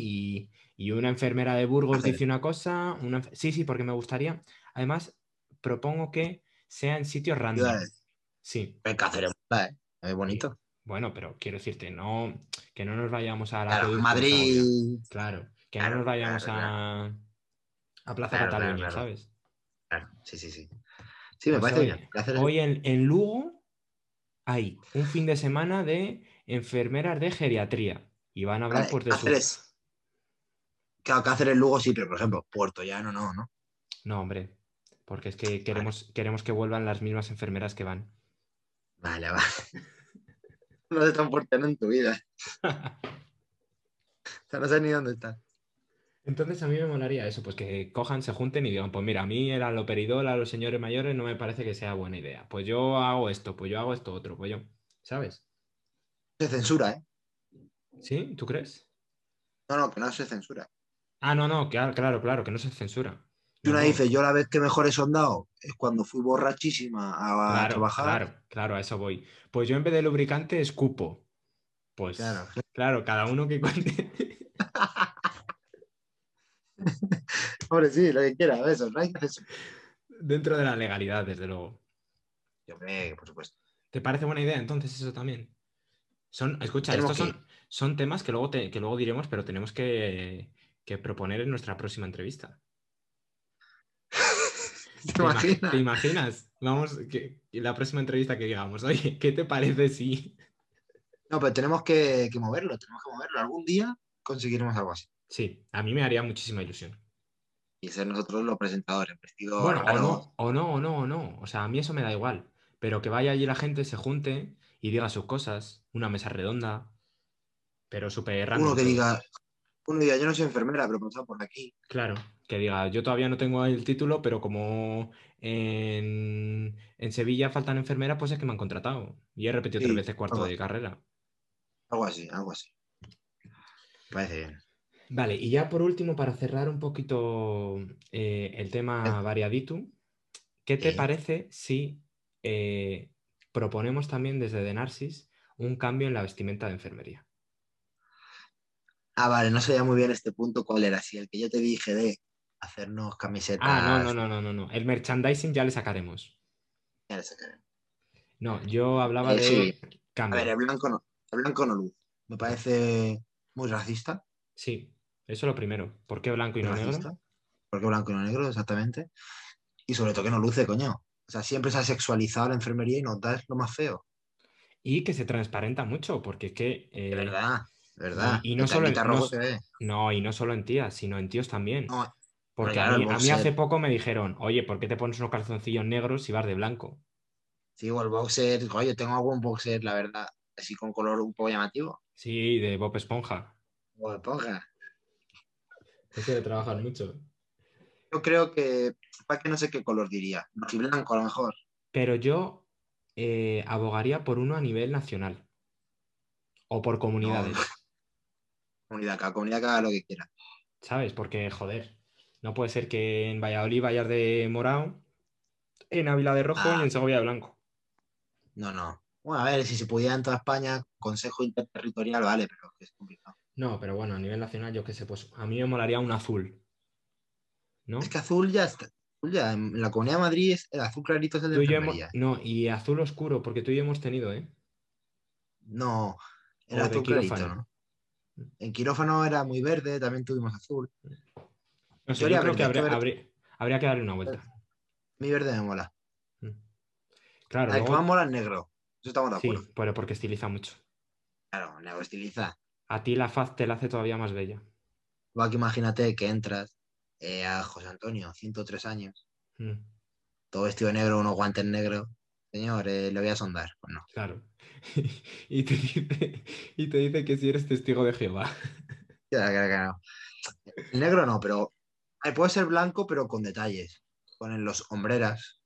Speaker 3: y, y una enfermera de Burgos
Speaker 1: Cáceres.
Speaker 3: dice una cosa, una... enf- sí, sí, porque me gustaría. Además, propongo que sea en sitios random.
Speaker 1: Ciudades.
Speaker 3: Sí,
Speaker 1: En Cáceres, ¿verdad, eh? Es bonito.
Speaker 3: Bueno, pero quiero decirte, no, que no nos vayamos a la
Speaker 1: Claro,
Speaker 3: Reducto de Saboya.
Speaker 1: Madrid.
Speaker 3: Claro, que
Speaker 1: Claro,
Speaker 3: no nos vayamos
Speaker 1: claro,
Speaker 3: a, a Plaza
Speaker 1: Claro, claro,
Speaker 3: Cataluña,
Speaker 1: claro.
Speaker 3: ¿sabes?
Speaker 1: Claro, Ah, sí, sí, sí. Sí, me
Speaker 3: Pues
Speaker 1: parece
Speaker 3: oye,
Speaker 1: bien. Placer-
Speaker 3: Hoy en, en Lugo hay un fin de semana de enfermeras de geriatría y van a hablar
Speaker 1: Vale,
Speaker 3: pues, de su...
Speaker 1: Cáceres. Claro, Cáceres, Lugo sí, pero por ejemplo, Puerto ya no, no, ¿no?
Speaker 3: No, hombre, porque es que queremos, queremos que vuelvan las mismas enfermeras que van.
Speaker 1: Vale, va. No sé tan fuerte en tu vida. O sea, no sé ni dónde está.
Speaker 3: Entonces a mí me molaría eso, pues que cojan, se junten y digan, pues mira, a mí el aloperidol a los señores mayores no me parece que sea buena idea. Pues yo hago esto, pues yo hago esto otro, pues yo, ¿sabes?
Speaker 1: Se censura, ¿eh?
Speaker 3: ¿Sí? ¿Tú crees?
Speaker 1: No, no, que no se censura.
Speaker 3: Ah, no, no, claro, claro, claro, que no se censura.
Speaker 1: Y
Speaker 3: No,
Speaker 1: una
Speaker 3: no,
Speaker 1: dice, yo la vez que mejor he sondado es cuando fui borrachísima a
Speaker 3: claro,
Speaker 1: trabajar.
Speaker 3: Claro, claro, a eso voy. Pues yo en vez de lubricante escupo. Pues
Speaker 1: Claro.
Speaker 3: claro, cada uno que cuente.
Speaker 1: Hombre, sí, lo que quiera, eso, no hay que censurar.
Speaker 3: Dentro de la legalidad, desde luego.
Speaker 1: Yo, hombre, por supuesto.
Speaker 3: ¿Te parece buena idea entonces eso también? Son, escucha,
Speaker 1: Tenemos
Speaker 3: estos son, son temas que luego, te- que luego diremos, pero tenemos que, que proponer en nuestra próxima entrevista.
Speaker 1: ¿Te,
Speaker 3: ima-
Speaker 1: imaginas?
Speaker 3: ¿Te imaginas? Vamos, que, que la próxima entrevista que digamos, oye, ¿qué te parece si...?
Speaker 1: No, pero tenemos que, que moverlo, tenemos que moverlo. Algún día conseguiremos algo así.
Speaker 3: Sí, a mí me haría muchísima ilusión.
Speaker 1: Y ser nosotros los presentadores. pues, vestido
Speaker 3: Bueno, o
Speaker 1: raro.
Speaker 3: no, o no, o no, o no. O sea, a mí eso me da igual. Pero que vaya allí la gente, se junte y diga sus cosas. Una mesa redonda. Pero súper random.
Speaker 1: Uno que
Speaker 3: todo.
Speaker 1: diga, uno diga, yo no soy enfermera, pero pasaba por aquí.
Speaker 3: Claro, que diga, yo todavía no tengo el título, pero como en, en Sevilla faltan enfermeras, pues es que me han contratado. Y he repetido
Speaker 1: Sí,
Speaker 3: tres veces cuarto
Speaker 1: algo.
Speaker 3: de carrera.
Speaker 1: Algo así, algo así. Me parece bien.
Speaker 3: Vale, y ya por último, para cerrar un poquito eh, el tema variaditum, ¿qué te
Speaker 1: Sí.
Speaker 3: parece si eh, proponemos también desde De Narcis un cambio en la vestimenta de enfermería?
Speaker 1: Ah, vale, no sabía muy bien este punto cuál era. Si el que yo te dije de hacernos camisetas.
Speaker 3: Ah, no, no, no, no, no, no. El merchandising ya le sacaremos.
Speaker 1: ya le sacaré.
Speaker 3: No, yo hablaba
Speaker 1: Eh,
Speaker 3: de
Speaker 1: sí. A
Speaker 3: cambio.
Speaker 1: ver, el blanco no, el blanco no luz. Me parece muy racista.
Speaker 3: Sí, eso lo primero. ¿Por qué blanco y no negro?
Speaker 1: racista. ¿Por qué blanco y no negro? Exactamente. Y sobre todo que no luce, coño. O sea, siempre se ha sexualizado la enfermería y nos das lo más feo.
Speaker 3: Y que se transparenta mucho, porque es que. eh,
Speaker 1: De verdad, de verdad.
Speaker 3: y no
Speaker 1: El
Speaker 3: solo-
Speaker 1: termita
Speaker 3: no
Speaker 1: rojo
Speaker 3: s-
Speaker 1: se ve.
Speaker 3: No, y no solo en tías, sino en tíos también.
Speaker 1: No, pero
Speaker 3: porque
Speaker 1: claro,
Speaker 3: a, mí,
Speaker 1: el
Speaker 3: a mí
Speaker 1: boxer.
Speaker 3: hace poco me dijeron, oye, ¿por qué te pones unos calzoncillos negros si vas de blanco?
Speaker 1: Sí, o el boxer. Oye, yo tengo algún boxer, la verdad, así con color un poco llamativo.
Speaker 3: Sí, de Bob Esponja.
Speaker 1: O de esponja.
Speaker 3: Eso de trabajar mucho.
Speaker 1: Yo creo que, para que no sé qué color diría. Blanco, a lo mejor.
Speaker 3: Pero yo eh, abogaría por uno a nivel nacional. O por comunidades,
Speaker 1: Comunidad, cada comunidad que haga lo que quiera.
Speaker 3: ¿sabes? Porque, joder, no puede ser que en Valladolid vayas de morado, en Ávila de rojo
Speaker 1: Ah.
Speaker 3: y en Segovia de blanco.
Speaker 1: No, no. Bueno, a ver, si se pudiera en toda España, consejo interterritorial, vale, pero es complicado.
Speaker 3: No, pero bueno, a nivel nacional, yo qué sé, pues a mí me molaría un azul. ¿No?
Speaker 1: Es que azul ya está. Azul ya, en la comunidad de Madrid, es- el azul clarito es el de
Speaker 3: Tú y yo hemos-
Speaker 1: enfermería.
Speaker 3: No, y azul oscuro, porque tú y yo hemos tenido, ¿eh?
Speaker 1: No, el
Speaker 3: O Oh, de
Speaker 1: azul clarito,
Speaker 3: quirófano.
Speaker 1: ¿no? En quirófano era muy verde, también tuvimos azul.
Speaker 3: No sé,
Speaker 1: Yo
Speaker 3: yo,
Speaker 1: haría
Speaker 3: creo que
Speaker 1: verde,
Speaker 3: habría,
Speaker 1: que ver-
Speaker 3: habría- habría que darle una vuelta.
Speaker 1: Mi verde me mola.
Speaker 3: Claro,
Speaker 1: el que
Speaker 3: luego-
Speaker 1: más mola es negro. Eso estamos de
Speaker 3: sí,
Speaker 1: acuerdo.
Speaker 3: pero porque estiliza mucho.
Speaker 1: Claro, negro estiliza.
Speaker 3: A ti la faz te la hace todavía más bella.
Speaker 1: Va que imagínate que entras eh, a José Antonio, 103 años,
Speaker 3: Mm,
Speaker 1: todo vestido de negro, unos guantes negros. Señor, eh, le voy a sondar. Pues no.
Speaker 3: claro. y, te dice, y te dice que si eres testigo de Jehová.
Speaker 1: Ya, claro, claro. El negro no, pero eh, puede ser blanco, pero con detalles. Ponen los hombreras.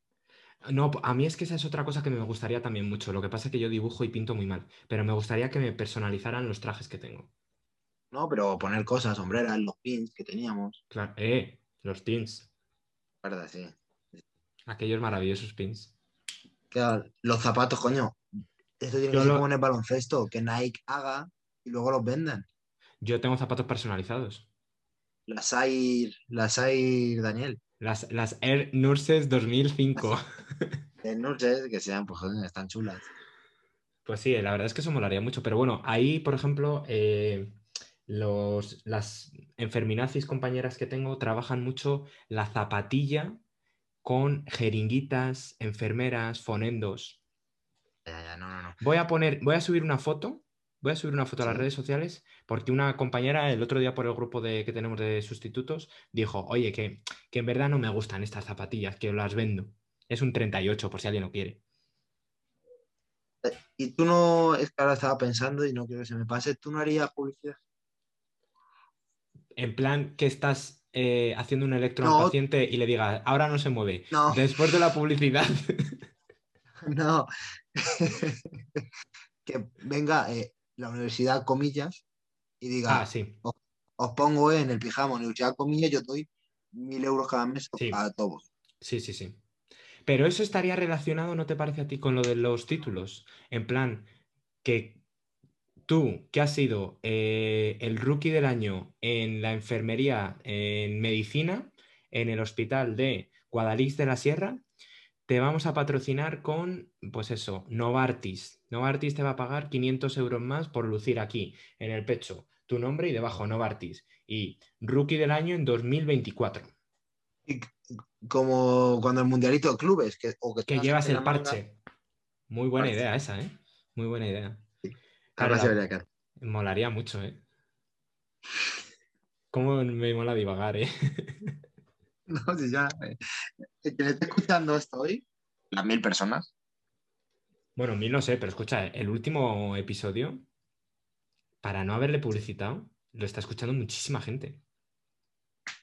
Speaker 3: No, a mí es que esa es otra cosa que me gustaría también mucho. Lo que pasa es que yo dibujo y pinto muy mal, pero me gustaría que me personalizaran los trajes que tengo.
Speaker 1: No, pero poner cosas, sombreras, los pins que teníamos,
Speaker 3: Claro, eh, los pins,
Speaker 1: ¿verdad? Sí.
Speaker 3: aquellos maravillosos pins.
Speaker 1: Claro, los zapatos, coño. Esto tiene que
Speaker 3: Yo
Speaker 1: ser
Speaker 3: lo-
Speaker 1: como en el baloncesto, que Nike haga y luego los vendan.
Speaker 3: Yo tengo zapatos personalizados.
Speaker 1: Las hay, las hay, Daniel.
Speaker 3: Las, las Air Nurses 2005.
Speaker 1: Eh, De Nurses, que sean, pues joder, están chulas.
Speaker 3: Pues sí, la verdad es que eso molaría mucho. Pero bueno, ahí, por ejemplo, eh, los, las enferminazis compañeras que tengo trabajan mucho la zapatilla con jeringuitas, enfermeras, fonendos.
Speaker 1: Ya, ya, no, no, no.
Speaker 3: Voy a poner, voy a subir una foto, voy a subir una foto a las
Speaker 1: Sí.
Speaker 3: redes sociales, porque una compañera el otro día por el grupo de, que tenemos de sustitutos dijo, oye, que, que en verdad no me gustan estas zapatillas, que las vendo. Es un 38 por si alguien lo quiere.
Speaker 1: Y tú no, es que ahora estaba pensando y no quiero que se me pase, tú no harías publicidad.
Speaker 3: En plan que estás eh, haciendo un electrón
Speaker 1: No.
Speaker 3: paciente y le digas, ahora no se mueve.
Speaker 1: No,
Speaker 3: Después de la publicidad.
Speaker 1: no. que venga eh, la universidad, comillas, y diga,
Speaker 3: ah, sí.
Speaker 1: os pongo en el pijama, universidad, comillas, yo doy mil euros cada mes
Speaker 3: Sí.
Speaker 1: para todos.
Speaker 3: Sí, sí, sí. Pero eso estaría relacionado, ¿no te parece a ti, con lo de los títulos? En plan, que tú, que has sido eh, el rookie del año en la enfermería, en medicina, en el hospital de Guadalix de la Sierra, te vamos a patrocinar con, pues eso, Novartis. Novartis te va a pagar 500 euros más por lucir aquí, en el pecho, tu nombre y debajo, Novartis. Y rookie del año en 2024,
Speaker 1: Como cuando el mundialito de clubes, que, o que,
Speaker 3: que
Speaker 1: tengas
Speaker 3: llevas
Speaker 1: en la
Speaker 3: el
Speaker 1: manga,
Speaker 3: parche. Muy buena
Speaker 1: Parche.
Speaker 3: idea esa, ¿eh? Muy buena idea.
Speaker 1: capaz
Speaker 3: Claro,
Speaker 1: se
Speaker 3: la-
Speaker 1: vería que-
Speaker 3: Molaría mucho, ¿eh? Cómo me mola divagar, ¿eh?
Speaker 1: No, si ya. eh, que le esté escuchando esto hoy, las mil personas.
Speaker 3: Bueno, mil no sé, pero escucha, el último episodio, para no haberle publicitado, lo está escuchando muchísima gente.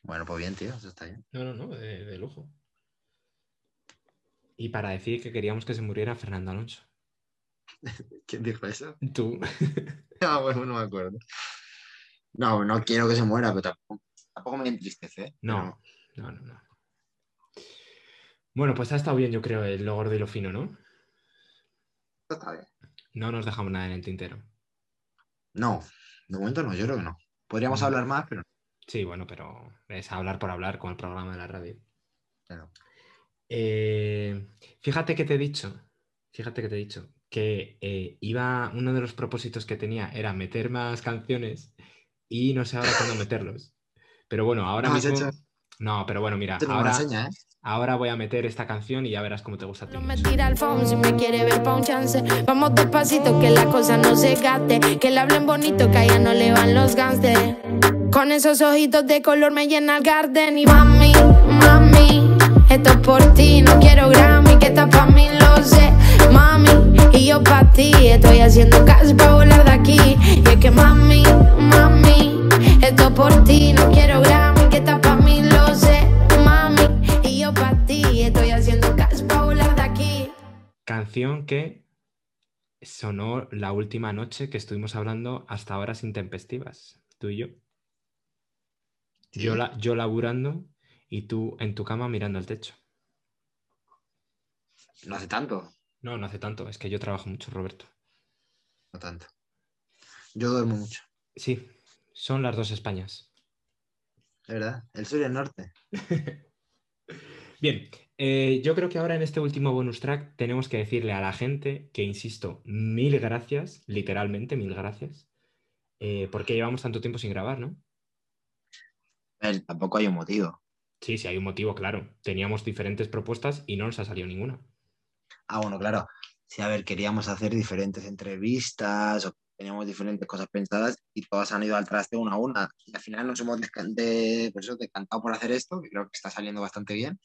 Speaker 1: Bueno, pues bien, tío, eso está bien.
Speaker 3: No, no, no, de, de lujo. Y para decir que queríamos que se muriera Fernando Alonso.
Speaker 1: ¿Quién dijo eso?
Speaker 3: Tú.
Speaker 1: No, bueno, no me acuerdo. No, no quiero que se muera, pero tampoco, tampoco me entristece. ¿eh?
Speaker 3: No, no, no, no. Bueno, pues ha estado bien, yo creo, el lo gordo y lo fino, ¿no?
Speaker 1: Pero está bien.
Speaker 3: No nos dejamos nada en el tintero.
Speaker 1: No, de momento no, yo creo que no. Podríamos
Speaker 3: Mm.
Speaker 1: hablar más, pero
Speaker 3: Sí, bueno, pero es hablar por hablar con el programa de la radio.
Speaker 1: Claro.
Speaker 3: Eh, fíjate que te he dicho, fíjate que te he dicho que eh, iba, uno de los propósitos que tenía era meter más canciones y no sé ahora cuándo meterlos. Pero bueno, ahora
Speaker 1: No, has
Speaker 3: mismo...
Speaker 1: hecho-
Speaker 3: No, pero bueno, mira,
Speaker 1: te lo
Speaker 3: ahora,
Speaker 1: enseña, ¿eh?
Speaker 3: ahora voy a meter esta canción y ya verás cómo te gusta a ti.
Speaker 4: No me tira al phone si me quiere ver pa' un chance. Vamos despacito que la cosa no se gaste. Que le hablen bonito que allá no le van los gangsters. Con esos ojitos de color me llena el garden. Y mami, mami, esto es por ti. No quiero Grammy, que estás pa' mí, lo sé. Mami, y yo pa' ti. Estoy haciendo casi pa' volar de aquí. Y es que mami, mami, esto es por ti. No quiero Grammy, que estás pa' mí, lo sé. Mami, y yo pa' ti. Estoy haciendo casi pa' volar de aquí.
Speaker 3: Canción que sonó la última noche que estuvimos hablando hasta horas intempestivas, tú y yo. Yo, la, yo laburando y tú en tu cama mirando al techo.
Speaker 1: No hace tanto,
Speaker 3: No, no hace tanto, es que yo trabajo mucho, Roberto.
Speaker 1: no tanto. Yo duermo mucho,
Speaker 3: Sí, son las dos Españas.
Speaker 1: de verdad. El sur y el norte.
Speaker 3: Bien, eh, yo creo que ahora en este último bonus track tenemos que decirle a la gente que, insisto, mil gracias, literalmente mil gracias, eh, porque llevamos tanto tiempo sin grabar, ¿no?
Speaker 1: A ver, tampoco hay un motivo.
Speaker 3: Sí, sí, hay un motivo, claro. Teníamos diferentes propuestas y no nos ha salido ninguna.
Speaker 1: Ah, bueno, claro. Sí, a ver, queríamos hacer diferentes entrevistas, o teníamos diferentes cosas pensadas y todas han ido al traste una a una. Y al final nos hemos descan- de- pues eso, decantado por hacer esto, que creo que está saliendo bastante bien,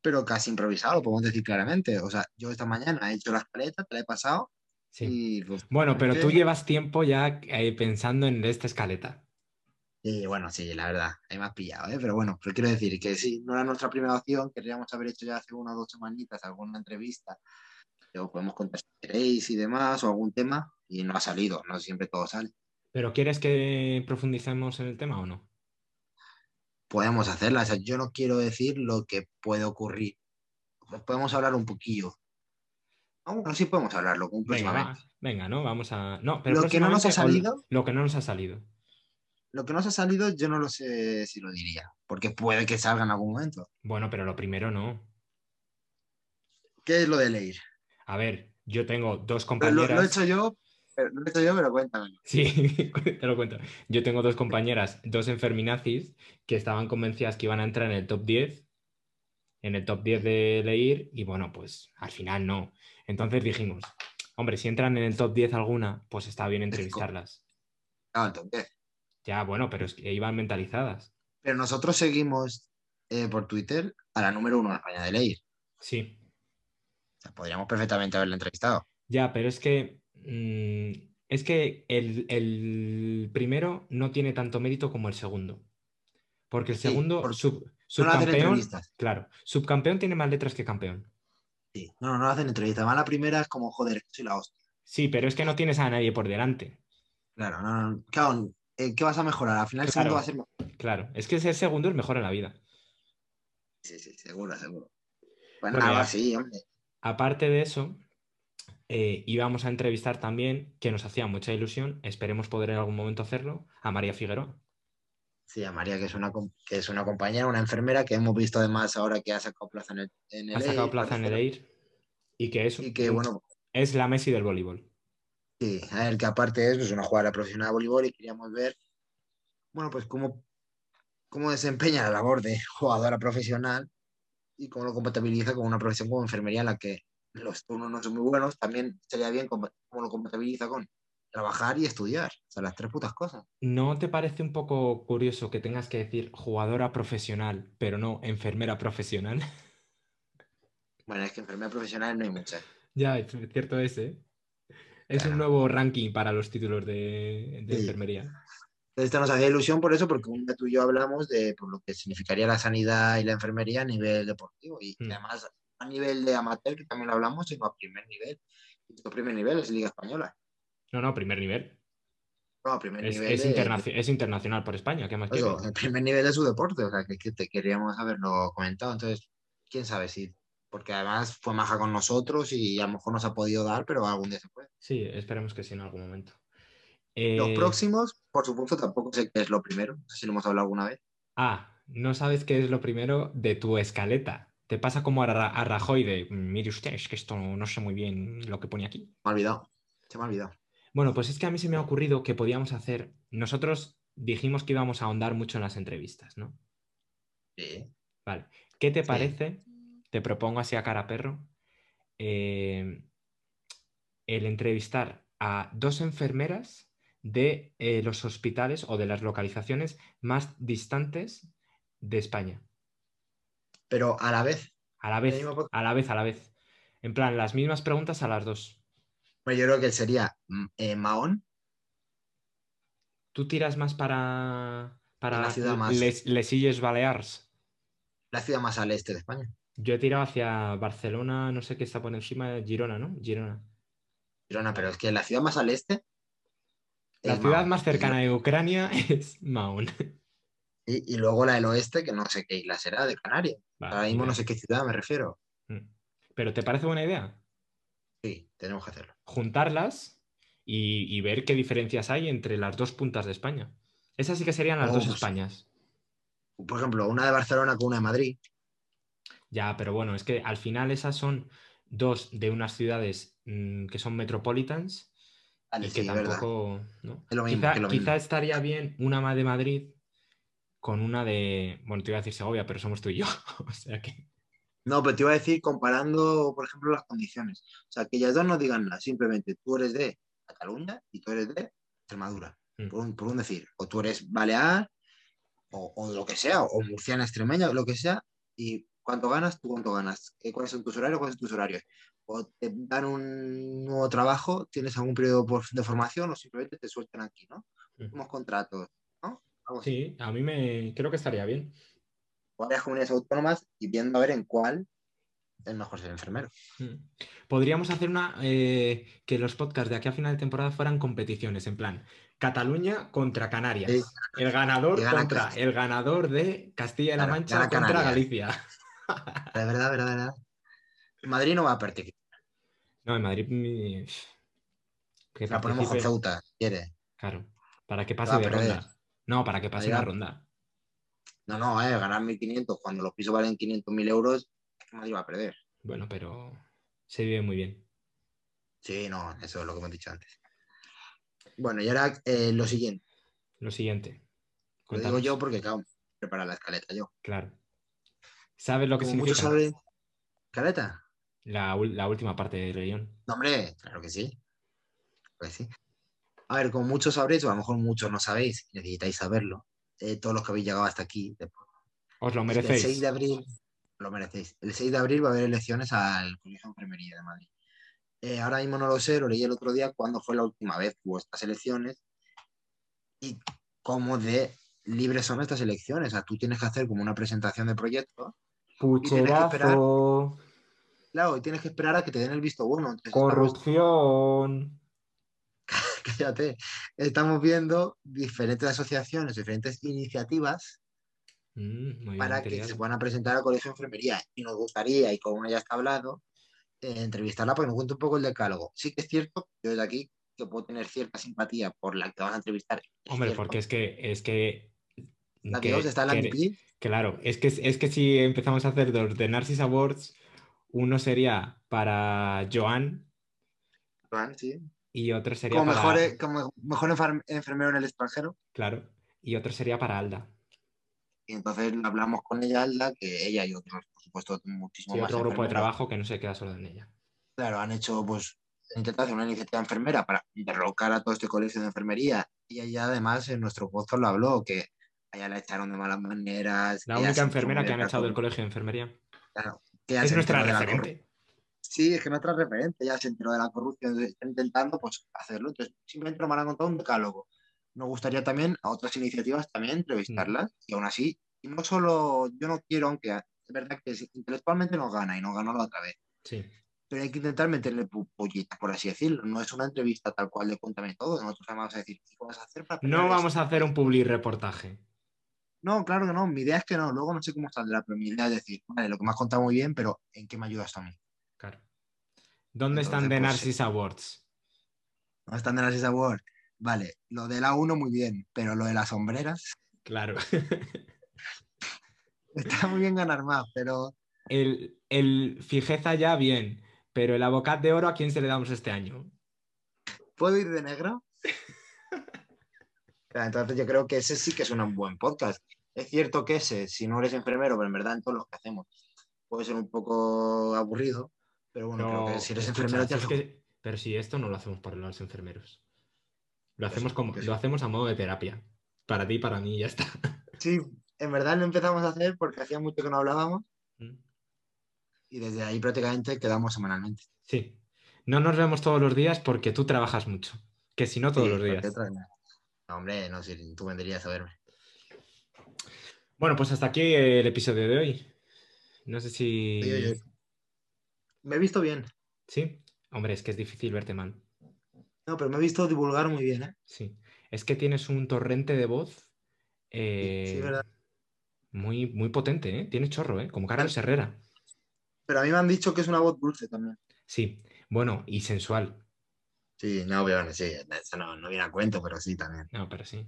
Speaker 1: pero casi improvisado, podemos decir claramente. O sea, yo esta mañana he hecho la escaleta, te la he pasado
Speaker 3: Sí.
Speaker 1: y pues,
Speaker 3: Bueno, pero
Speaker 1: Sí.
Speaker 3: tú llevas tiempo ya eh, pensando en esta escaleta.
Speaker 1: y bueno, sí, la verdad, ahí me has pillado, ¿eh? Pero bueno, pero quiero decir que sí, no era nuestra primera opción, queríamos haber hecho ya hace una o dos semanitas alguna entrevista, que os podemos contar si queréis y demás, o algún tema, y no ha salido, no siempre todo sale.
Speaker 3: ¿Pero quieres que profundicemos en el tema o no?
Speaker 1: podemos hacerla. O sea, yo no quiero decir lo que puede ocurrir. Pues podemos hablar un poquillo. Aún sí podemos hablarlo un
Speaker 3: Venga,
Speaker 1: próximamente.
Speaker 3: va, venga, ¿no? Vamos a. No, pero
Speaker 1: Lo que no nos
Speaker 3: próximamente,
Speaker 1: ha
Speaker 3: o
Speaker 1: salido-
Speaker 3: Lo que no nos ha salido.
Speaker 1: Lo que nos ha salido, yo no lo sé si lo diría, porque puede que salga en algún momento.
Speaker 3: Bueno, pero lo primero no.
Speaker 1: ¿Qué es lo de leer?
Speaker 3: A ver, Yo tengo dos
Speaker 1: Lo,
Speaker 3: compañeras.
Speaker 1: lo- lo he hecho yo, pero, lo he hecho yo, pero cuéntamelo.
Speaker 3: Sí, te lo cuento. Yo tengo dos compañeras, dos enferminazis, que estaban convencidas que iban a entrar en el top 10, en el top 10 de leer, y bueno, pues al final no. Entonces dijimos, hombre, si entran en el top 10 alguna, pues está bien entrevistarlas.
Speaker 1: Claro, el top 10.
Speaker 3: Ya, bueno, pero es que iban mentalizadas.
Speaker 1: Pero nosotros seguimos eh, por Twitter a la número uno en España de Leir.
Speaker 3: Sí,
Speaker 1: O sea, podríamos perfectamente haberla entrevistado.
Speaker 3: ya, pero es que mm, es que el, el primero no tiene tanto mérito como el segundo. Porque el
Speaker 1: Sí,
Speaker 3: segundo,
Speaker 1: por-
Speaker 3: sub-
Speaker 1: No le hacen
Speaker 3: subcampeón,
Speaker 1: entrevistas.
Speaker 3: claro, subcampeón tiene más letras que campeón.
Speaker 1: Sí. No, no, no le hacen entrevistas. Van la primera, es como, joder, soy la hostia.
Speaker 3: Sí, pero es que no tienes a nadie por delante.
Speaker 1: Claro, no, no. Claro, eh, ¿qué vas a mejorar? Al final el segundo
Speaker 3: Claro.
Speaker 1: va a ser mejor.
Speaker 3: Claro, es que ser segundo es mejor en la vida.
Speaker 1: Sí, sí, seguro, seguro. Bueno,
Speaker 3: Bueno,
Speaker 1: algo
Speaker 3: ya.
Speaker 1: así, hombre.
Speaker 3: Aparte de eso, eh, íbamos a entrevistar también, que nos hacía mucha ilusión, esperemos poder en algún momento hacerlo, a María Figueroa.
Speaker 1: Sí, a María, que es una com- que es una compañera, una enfermera que hemos visto además ahora que ha sacado plaza en el en
Speaker 3: Ha
Speaker 1: el
Speaker 3: sacado
Speaker 1: EIR,
Speaker 3: plaza en el EIR y que es,
Speaker 1: Y que bueno,
Speaker 3: es la Messi del voleibol.
Speaker 1: sí, a ver, que aparte de eso es una jugadora profesional de voleibol y queríamos ver, bueno, pues cómo, cómo desempeña la labor de jugadora profesional y cómo lo compatibiliza con una profesión como enfermería en la que los turnos no son muy buenos, también sería bien compa- cómo lo compatibiliza con trabajar y estudiar, o sea, las tres putas cosas.
Speaker 3: ¿No te parece un poco curioso que tengas que decir jugadora profesional, pero no enfermera profesional?
Speaker 1: Bueno, es que enfermera profesional no hay muchas.
Speaker 3: ya, es cierto es, ¿eh? Es
Speaker 1: Claro.
Speaker 3: un nuevo ranking para los títulos de, de
Speaker 1: Sí.
Speaker 3: enfermería.
Speaker 1: Entonces esto nos hacía ilusión por eso, porque un día tú y yo hablamos de por lo que significaría la sanidad y la enfermería a nivel deportivo y
Speaker 3: Mm.
Speaker 1: además a nivel de amateur, que también lo hablamos, sino a primer nivel. Y tu primer nivel es Liga Española.
Speaker 3: No, no, primer nivel.
Speaker 1: No, a primer
Speaker 3: Es,
Speaker 1: nivel
Speaker 3: es
Speaker 1: de-
Speaker 3: internacio- es internacional por España, ¿qué más
Speaker 1: eso,
Speaker 3: quieres?
Speaker 1: el primer nivel de su deporte, o sea, que, que te queríamos haberlo comentado. Entonces, quién sabe si, porque además fue maja con nosotros y a lo mejor nos ha podido dar, pero algún día se puede.
Speaker 3: Sí, esperemos que sí en algún momento.
Speaker 1: Los
Speaker 3: Eh,
Speaker 1: próximos, por supuesto, tampoco sé qué es lo primero, no sé si lo hemos hablado alguna vez.
Speaker 3: Ah, no sabes qué es lo primero de tu escaleta. Te pasa como a, Ra- a Rajoy de, mire usted, es que esto no sé muy bien lo que pone aquí.
Speaker 1: Me ha olvidado, se me ha olvidado.
Speaker 3: Bueno, pues es que a mí se me ha ocurrido que podíamos hacer, nosotros dijimos que íbamos a ahondar mucho en las entrevistas, ¿no?
Speaker 1: Sí.
Speaker 3: Vale. ¿Qué te
Speaker 1: Sí.
Speaker 3: parece? Te propongo así a cara perro eh, el entrevistar a dos enfermeras de eh, los hospitales o de las localizaciones más distantes de España.
Speaker 1: Pero a la vez,
Speaker 3: A la vez,
Speaker 1: mismo pod-
Speaker 3: a la vez, a la vez. En plan, las mismas preguntas a las dos.
Speaker 1: Bueno, yo creo que sería mm, eh, Mahón.
Speaker 3: ¿Tú tiras más para, para
Speaker 1: la ciudad más.
Speaker 3: Les, Lesilles Balears?
Speaker 1: La ciudad más al este de España.
Speaker 3: Yo he tirado hacia Barcelona, no sé qué está por encima, Girona, ¿no? Girona.
Speaker 1: Girona, pero es que la ciudad más al este.
Speaker 3: La
Speaker 1: es
Speaker 3: ciudad
Speaker 1: Eh, Mahón.
Speaker 3: más cercana de Ucrania es Mahón.
Speaker 1: Y, y luego la del oeste, que no sé qué isla será, de Canarias.
Speaker 3: Vale,
Speaker 1: Ahora mismo
Speaker 3: mira.
Speaker 1: no sé qué ciudad me refiero.
Speaker 3: Mm. Pero ¿te parece buena idea?
Speaker 1: Sí, tenemos que hacerlo.
Speaker 3: Juntarlas y, y ver qué diferencias hay entre las dos puntas de España. Esas sí que serían las dos
Speaker 1: Vamos.
Speaker 3: Españas.
Speaker 1: Por ejemplo, una de Barcelona con una de Madrid.
Speaker 3: Ya, pero bueno, es que al final esas son dos de unas ciudades mm, que son metropolitans
Speaker 1: Vale,
Speaker 3: y que
Speaker 1: sí, verdad.
Speaker 3: tampoco. ¿no?
Speaker 1: Es lo mismo,
Speaker 3: quizá,
Speaker 1: es lo
Speaker 3: quizá
Speaker 1: mismo.
Speaker 3: estaría bien una más de Madrid con una de. Bueno, te iba a decir Segovia, pero somos tú y yo. o sea que.
Speaker 1: No, pero te iba a decir comparando, por ejemplo, las condiciones. O sea, que ellas dos no digan nada. Simplemente tú eres de Cataluña y tú eres de Extremadura.
Speaker 3: Mm.
Speaker 1: Por un, por un decir. O tú eres balear o, o lo que sea, o
Speaker 3: Mm.
Speaker 1: murciana extremeña, lo que sea. Y cuánto ganas, tú cuánto ganas. Eh, ¿Cuáles son tus horarios? ¿Cuáles son tus horarios? O te dan un nuevo trabajo, tienes algún periodo por- de formación o simplemente te sueltan aquí, ¿no?
Speaker 3: Mm.
Speaker 1: Unos contratos, ¿no? Algo así.
Speaker 3: Sí, a mí me. Creo que estaría bien.
Speaker 1: Varias comunidades autónomas y viendo a ver en cuál es mejor ser enfermero.
Speaker 3: Mm. Podríamos hacer una eh, que los podcasts de aquí a final de temporada fueran competiciones, en plan Cataluña contra Canarias.
Speaker 1: Sí.
Speaker 3: El ganador
Speaker 1: Y gana
Speaker 3: contra
Speaker 1: Castilla.
Speaker 3: el ganador de Castilla-La
Speaker 1: Gana-
Speaker 3: Mancha
Speaker 1: gana
Speaker 3: contra
Speaker 1: Canarias.
Speaker 3: Galicia.
Speaker 1: De verdad, verdad, verdad. Madrid no va a participar.
Speaker 3: No, en Madrid mm, que
Speaker 1: La ponemos con
Speaker 3: participe-
Speaker 1: Ceuta, si quiere.
Speaker 3: Claro, para que pase
Speaker 1: Va a
Speaker 3: de
Speaker 1: perder.
Speaker 3: ronda. No, para que pase
Speaker 1: Ahí va.
Speaker 3: una ronda.
Speaker 1: No, no, eh, ganar 1.500 cuando los pisos valen 500.000 euros, es que Madrid va a perder.
Speaker 3: Bueno, pero se vive muy bien.
Speaker 1: Sí, no, eso es lo que hemos dicho antes. Bueno, y ahora eh, lo siguiente.
Speaker 3: Lo siguiente.
Speaker 1: Lo
Speaker 3: Cuéntanos.
Speaker 1: digo yo pues. porque, claro, prepara la escaleta yo.
Speaker 3: Claro. ¿Sabes lo que
Speaker 1: Como muchos
Speaker 3: significa
Speaker 1: saben. ¿Escaleta?
Speaker 3: La, ul- la última parte del guión?
Speaker 1: No, hombre, claro que sí. Claro que sí. A ver, como muchos sabréis, o a lo mejor muchos no sabéis, necesitáis saberlo. eh, todos los que habéis llegado hasta aquí, de-
Speaker 3: Os lo
Speaker 1: El 6
Speaker 3: merecéis.
Speaker 1: de abril, lo merecéis. El 6 de abril va a haber elecciones al Colegio de Enfermería de Madrid. Eh, ahora mismo no lo sé, lo leí el otro día cuándo fue la última vez que hubo estas elecciones y cómo de libres son estas elecciones. O sea, tú tienes que hacer como una presentación de proyecto.
Speaker 3: Pucherazo,
Speaker 1: Claro, y tienes que esperar a que te den el visto bueno. Entonces, estamos-
Speaker 3: corrupción.
Speaker 1: cállate. Estamos viendo diferentes asociaciones, diferentes iniciativas
Speaker 3: Mm, muy
Speaker 1: para
Speaker 3: bien,
Speaker 1: que se
Speaker 3: material.
Speaker 1: puedan presentar al Colegio de Enfermería. Y nos gustaría, y con ella ya está hablado, eh, entrevistarla para que nos cuente un poco el decálogo. Sí que es cierto, yo desde aquí, que puedo tener cierta simpatía por la que vas a entrevistar. Es
Speaker 3: Hombre,
Speaker 1: cierto.
Speaker 3: porque es que es que,
Speaker 1: La
Speaker 3: que-
Speaker 1: que os está en la
Speaker 3: que-
Speaker 1: MVP,
Speaker 3: claro, es que es que si empezamos a hacer dos de Narcis Awards, uno sería para Joan
Speaker 1: Juan, sí.
Speaker 3: y otro sería
Speaker 1: como,
Speaker 3: para
Speaker 1: mejor, eh, como mejor enfer- enfermero en el extranjero.
Speaker 3: claro, y otro sería para Alda.
Speaker 1: Y entonces lo hablamos con ella, Alda, que ella y otros, por supuesto, muchísimo
Speaker 3: Sí,
Speaker 1: más
Speaker 3: otro grupo de
Speaker 1: enfermeros.
Speaker 3: trabajo que no se queda solo en ella.
Speaker 1: Claro, han hecho, pues, han intentado hacer una iniciativa enfermera para derrocar a todo este colegio de enfermería. Y ella además en nuestro podcast lo habló, que a ella la echaron de malas maneras.
Speaker 3: La
Speaker 1: que ella
Speaker 3: única
Speaker 1: se
Speaker 3: enfermera
Speaker 1: hizo
Speaker 3: que
Speaker 1: muy
Speaker 3: han echado del
Speaker 1: corrupta,
Speaker 3: colegio de enfermería.
Speaker 1: que ella
Speaker 3: Es
Speaker 1: se
Speaker 3: nuestra
Speaker 1: enteró de la corru-
Speaker 3: referente.
Speaker 1: Sí, es que nuestra referente, ya se enteró de la corrupción, entonces está intentando pues hacerlo. Entonces, simplemente nos van a contar un decálogo. Nos gustaría también a otras iniciativas también entrevistarlas
Speaker 3: Mm.
Speaker 1: y aún así, y no solo, yo no quiero, aunque es verdad que intelectualmente nos gana y nos ganó la otra vez.
Speaker 3: Sí.
Speaker 1: pero hay que intentar meterle pu- pullita, por así decirlo. No es una entrevista tal cual de cuéntame todo. Nosotros además vamos a decir, ¿qué vas a hacer para
Speaker 3: No
Speaker 1: pelear
Speaker 3: vamos
Speaker 1: esto?
Speaker 3: a hacer un public reportaje.
Speaker 1: No, claro que no. Mi idea es que no. Luego no sé cómo saldrá, pero mi idea es decir, vale, lo que me has contado muy bien, pero ¿en qué me ayudas a mí?
Speaker 3: Claro. ¿Dónde están
Speaker 1: Entonces,
Speaker 3: The
Speaker 1: pues,
Speaker 3: Narcis Awards?
Speaker 1: No están de las Award. Vale, lo de la 1 muy bien, pero lo de las sombreras
Speaker 3: Claro.
Speaker 1: está muy bien ganar más, pero
Speaker 3: El, el fijeza ya bien, pero el abocat de oro, ¿a quién se le damos este año?
Speaker 1: ¿puedo ir de negro? Claro, Entonces yo creo que ese sí que es un buen podcast. Es cierto que ese, si no eres enfermero, pero en verdad en todos los que hacemos, puede ser un poco aburrido, pero bueno, creo que si eres
Speaker 3: escucha,
Speaker 1: enfermero
Speaker 3: si
Speaker 1: te
Speaker 3: es
Speaker 1: hace-
Speaker 3: que- pero si esto no lo hacemos para los enfermeros. Lo
Speaker 1: Pues
Speaker 3: hacemos
Speaker 1: sí,
Speaker 3: como,
Speaker 1: pues
Speaker 3: lo
Speaker 1: sí.
Speaker 3: hacemos a modo de terapia. Para ti, para mí, ya está.
Speaker 1: Sí, en verdad lo empezamos a hacer porque hacía mucho que no hablábamos y desde ahí prácticamente quedamos semanalmente.
Speaker 3: Sí. No nos vemos todos los días porque tú trabajas mucho. Que si no, todos
Speaker 1: Sí,
Speaker 3: los días.
Speaker 1: porque otra- No, hombre, no, si tú vendrías a verme.
Speaker 3: Bueno, pues hasta aquí el episodio de hoy. No sé si.
Speaker 1: Oye, oye, Me he visto bien.
Speaker 3: Sí. Hombre, es que es difícil verte mal.
Speaker 1: No, pero me he visto divulgar muy bien, ¿eh?
Speaker 3: Sí. Es que tienes un torrente de voz.
Speaker 1: sí,
Speaker 3: eh,
Speaker 1: verdad.
Speaker 3: Muy, muy potente, ¿eh? Tienes chorro, ¿eh? Como Carlos Herrera.
Speaker 1: Pero a mí me han dicho que es una voz dulce también.
Speaker 3: Sí. Bueno, y sensual.
Speaker 1: Sí, no, obviamente, sí. Eso no, no viene a cuento, pero sí también.
Speaker 3: No, pero sí.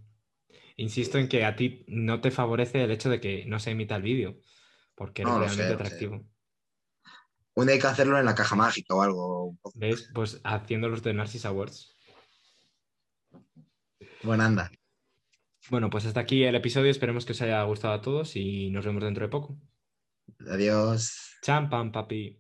Speaker 3: Insisto en que a ti no te favorece el hecho de que no se emita el vídeo, porque eres
Speaker 1: No, lo sé,
Speaker 3: realmente
Speaker 1: lo sé.
Speaker 3: atractivo.
Speaker 1: Un día hay que hacerlo en la caja mágica o algo. un poco.
Speaker 3: ¿Ves? Pues haciendo los de Narcis Awards.
Speaker 1: Bueno, anda.
Speaker 3: Bueno, pues hasta aquí el episodio. Esperemos que os haya gustado a todos y nos vemos dentro de poco.
Speaker 1: Adiós.
Speaker 3: Champan, papi.